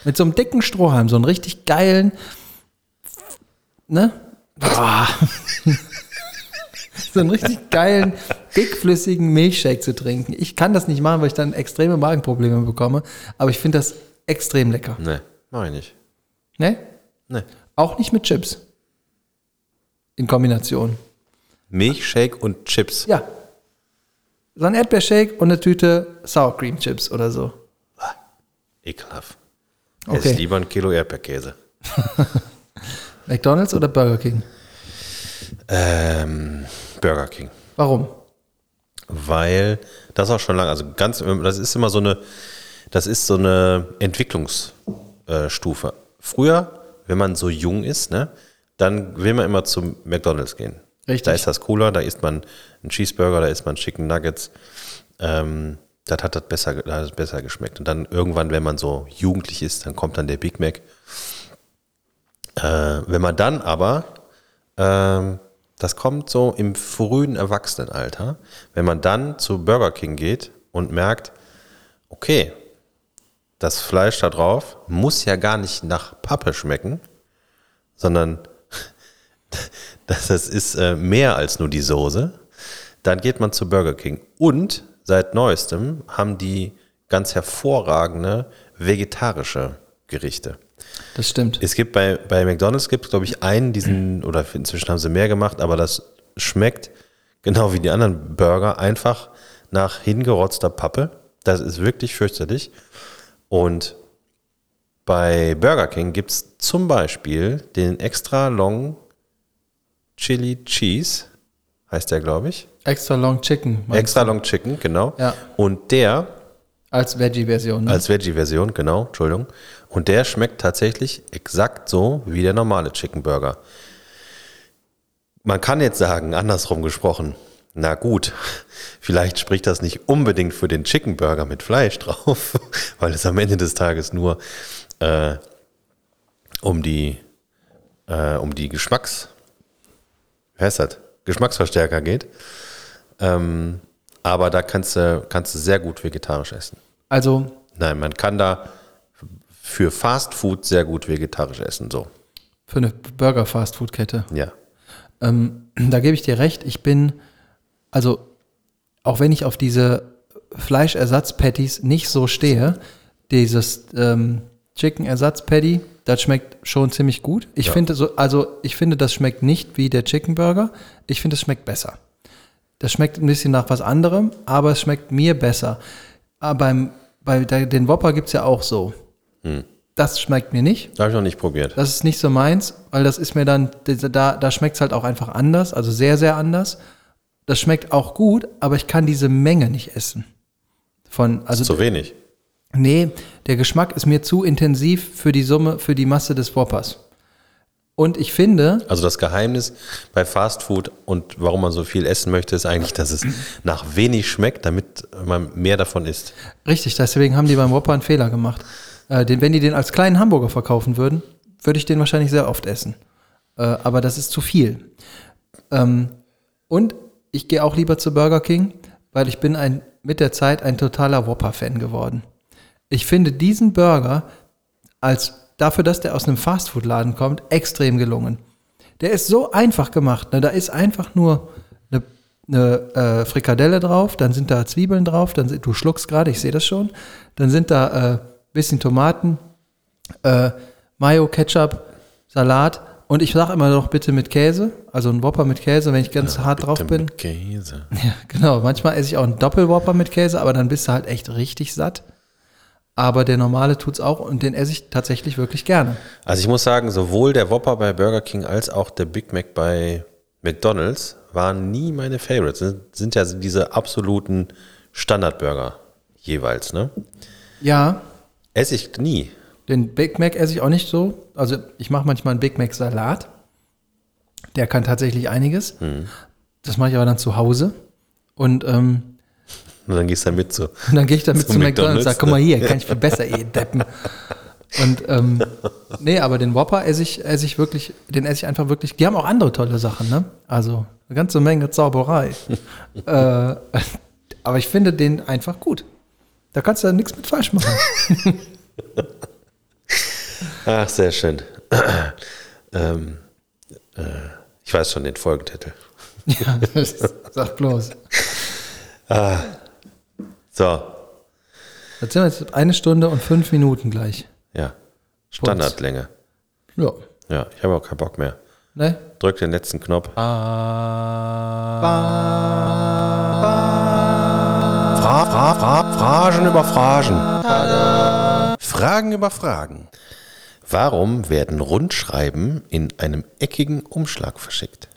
Speaker 1: Mit so einem dicken Strohhalm, so einen richtig geilen, ne? Boah. so einen richtig geilen, dickflüssigen Milchshake zu trinken. Ich kann das nicht machen, weil ich dann extreme Magenprobleme bekomme, aber ich finde das extrem lecker.
Speaker 2: Nee, mach ich nicht.
Speaker 1: Ne?
Speaker 2: Nee.
Speaker 1: Auch nicht mit Chips. In Kombination.
Speaker 2: Milchshake und Chips.
Speaker 1: Ja. So ein Erdbeershake und eine Tüte Sour Cream Chips oder so.
Speaker 2: Ekelhaft. Ess
Speaker 1: Okay.
Speaker 2: lieber ein Kilo Erdbeerkäse.
Speaker 1: McDonalds oder Burger King?
Speaker 2: Ähm, Burger King.
Speaker 1: Warum?
Speaker 2: Weil das auch schon lange, also ganz, das ist immer so eine, das ist so eine Entwicklungsstufe. Früher, wenn man so jung ist, ne, dann will man immer zum McDonalds gehen.
Speaker 1: Richtig.
Speaker 2: Da ist das cooler, da isst man einen Cheeseburger, da isst man Chicken Nuggets. Ähm, das hat das besser, das hat besser geschmeckt. Und dann irgendwann, wenn man so jugendlich ist, dann kommt dann der Big Mac. Äh, wenn man dann aber ähm, Das kommt so im frühen Erwachsenenalter, wenn man dann zu Burger King geht und merkt, okay, das Fleisch da drauf muss ja gar nicht nach Pappe schmecken, sondern das, das ist äh, mehr als nur die Soße. Dann geht man zu Burger King. Und seit neuestem haben die ganz hervorragende vegetarische Gerichte.
Speaker 1: Das stimmt.
Speaker 2: Es gibt bei, bei McDonalds gibt glaube ich, einen, diesen, oder inzwischen haben sie mehr gemacht, aber das schmeckt genau wie die anderen Burger einfach nach hingerotzter Pappe. Das ist wirklich fürchterlich. Und bei Burger King gibt es zum Beispiel den extra long Chili Cheese, heißt der, glaube ich.
Speaker 1: Extra Long Chicken. meinst
Speaker 2: Extra long Chicken, genau.
Speaker 1: Ja.
Speaker 2: Und der
Speaker 1: du? Als Veggie-Version. Ne?
Speaker 2: Als Veggie-Version, genau, Entschuldigung. Und der schmeckt tatsächlich exakt so wie der normale Chicken Burger. Man kann jetzt sagen, andersrum gesprochen, na gut, vielleicht spricht das nicht unbedingt für den Chicken Burger mit Fleisch drauf, weil es am Ende des Tages nur äh, um die, äh, um die Geschmacks, wer ist das? Geschmacksverstärker geht. Ähm, aber da kannst du, kannst du sehr gut vegetarisch essen.
Speaker 1: also,
Speaker 2: Nein, man kann da für Fast Food sehr gut vegetarisch essen, so.
Speaker 1: für eine Burger-Fast-Food-Kette.
Speaker 2: Ja.
Speaker 1: Ähm, da gebe ich dir recht. Ich bin, also, auch wenn ich auf diese Fleischersatz-Patties nicht so stehe, dieses ähm, Chicken-Ersatz-Patty, das schmeckt schon ziemlich gut. Ich
Speaker 2: Ja.
Speaker 1: finde so, also ich finde, das schmeckt nicht wie der Chicken Burger. Ich finde, es schmeckt besser. Das schmeckt ein bisschen nach was anderem, aber es schmeckt mir besser. Aber beim, bei der, den Whopper gibt es ja auch so. Das schmeckt mir nicht.
Speaker 2: Habe ich noch nicht probiert.
Speaker 1: Das ist nicht so meins, weil das ist mir dann, da, da schmeckt es halt auch einfach anders, also sehr, sehr anders. Das schmeckt auch gut, aber ich kann diese Menge nicht essen. Von, also,
Speaker 2: Zu wenig.
Speaker 1: nee, der Geschmack ist mir zu intensiv für die Summe, für die Masse des Whoppers. Und ich finde,
Speaker 2: Also das Geheimnis bei Fast Food und warum man so viel essen möchte, ist eigentlich, dass es nach wenig schmeckt, damit man mehr davon isst.
Speaker 1: richtig, deswegen haben die beim Whopper einen Fehler gemacht. Äh, den, wenn die den als kleinen Hamburger verkaufen würden, würde ich den wahrscheinlich sehr oft essen. Äh, aber das ist zu viel. Ähm, und ich gehe auch lieber zu Burger King, weil ich bin ein, mit der Zeit ein totaler Whopper-Fan geworden. Ich finde diesen Burger als dafür, dass der aus einem Fastfood-Laden kommt, extrem gelungen. Der ist so einfach gemacht. Ne? Da ist einfach nur eine, eine äh, Frikadelle drauf, dann sind da Zwiebeln drauf, dann sind, du schluckst gerade, ich sehe das schon, dann sind da ein äh, bisschen Tomaten, äh, Mayo, Ketchup, Salat und ich sage immer noch bitte mit Käse, also ein Whopper mit Käse, wenn ich ganz hart drauf
Speaker 2: Bitte
Speaker 1: bin.
Speaker 2: mit Käse.
Speaker 1: Ja, genau. Manchmal esse ich auch einen Doppelwopper mit Käse, aber dann bist du halt echt richtig satt. Aber der normale tut's auch und den esse ich tatsächlich wirklich gerne.
Speaker 2: Also ich muss sagen, sowohl der Whopper bei Burger King als auch der Big Mac bei McDonald's waren nie meine Favorites. Sind, sind ja diese absoluten Standardburger jeweils, ne?
Speaker 1: Ja,
Speaker 2: Esse ich nie.
Speaker 1: den Big Mac esse ich auch nicht so. Also ich mache manchmal einen Big Mac Salat. Der kann tatsächlich einiges. Das mache ich aber dann zu Hause. Und ähm,
Speaker 2: Und dann gehst du da mit so.
Speaker 1: Und dann gehe ich damit zu
Speaker 2: Zu
Speaker 1: McDonalds und
Speaker 2: McDonald's,
Speaker 1: sage, guck mal hier, kann ich viel besser, ihr Deppen. Und ähm, nee, aber den Whopper esse ich, esse ich wirklich, den esse ich einfach wirklich. Die haben auch andere tolle Sachen, ne? Also eine ganze Menge Zauberei. äh, aber ich finde den einfach gut. Da kannst du ja nichts mit falsch machen.
Speaker 2: Ach, sehr schön. ähm, äh, ich weiß schon den Folgentitel.
Speaker 1: ja, das ist, sag bloß.
Speaker 2: So,
Speaker 1: Jetzt sind wir jetzt eine Stunde und fünf Minuten gleich.
Speaker 2: ja. Standardlänge.
Speaker 1: Ja.
Speaker 2: Ja, ich habe auch keinen Bock mehr.
Speaker 1: Ne?
Speaker 2: Drück den letzten Knopf. Fra fra fra Phrasen über Phrasen. Fragen über Fragen. Warum werden Rundschreiben in einem eckigen Umschlag verschickt?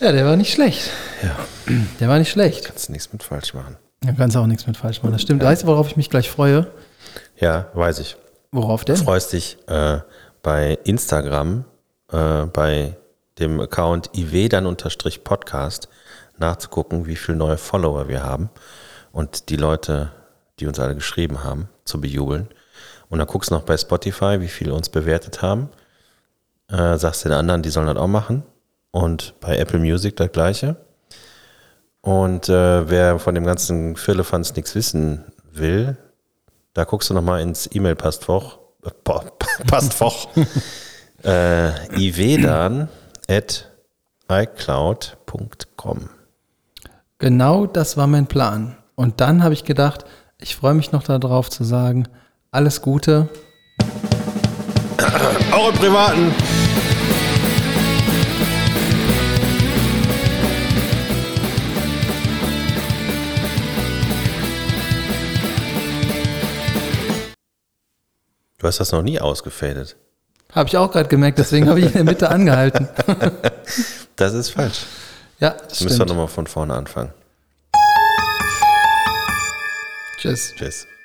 Speaker 1: Ja, der war nicht schlecht. Ja. Der war nicht schlecht.
Speaker 2: Kannst du nichts mit falsch machen.
Speaker 1: Da kannst du auch nichts mit falsch machen. Das stimmt. Weißt du, worauf ich mich gleich freue?
Speaker 2: Ja, weiß ich.
Speaker 1: Worauf denn?
Speaker 2: freust dich äh, bei Instagram, äh, bei dem Account IW dann unterstrich Podcast nachzugucken, wie viele neue Follower wir haben und die Leute, die uns alle geschrieben haben, zu bejubeln. Und dann guckst du noch bei Spotify, wie viele uns bewertet haben. Äh, sagst den anderen, die sollen das auch machen. Und bei Apple Music das gleiche. Und äh, wer von dem ganzen Firlefanz nichts wissen will, da guckst du nochmal ins E-Mail-Pastfach. Äh, pa- pa- Pastfach. äh, ivedan at icloud.com.
Speaker 1: Genau das war mein Plan. Und dann habe ich gedacht, ich freue mich noch darauf zu sagen, alles Gute.
Speaker 2: Auch im Privaten. Du hast das noch nie ausgefadet.
Speaker 1: Habe ich auch gerade gemerkt, deswegen habe ich in der Mitte angehalten.
Speaker 2: Das ist falsch.
Speaker 1: Ja, das
Speaker 2: Müssen wir
Speaker 1: stimmt.
Speaker 2: nochmal von vorne anfangen.
Speaker 1: Tschüss.
Speaker 2: Tschüss.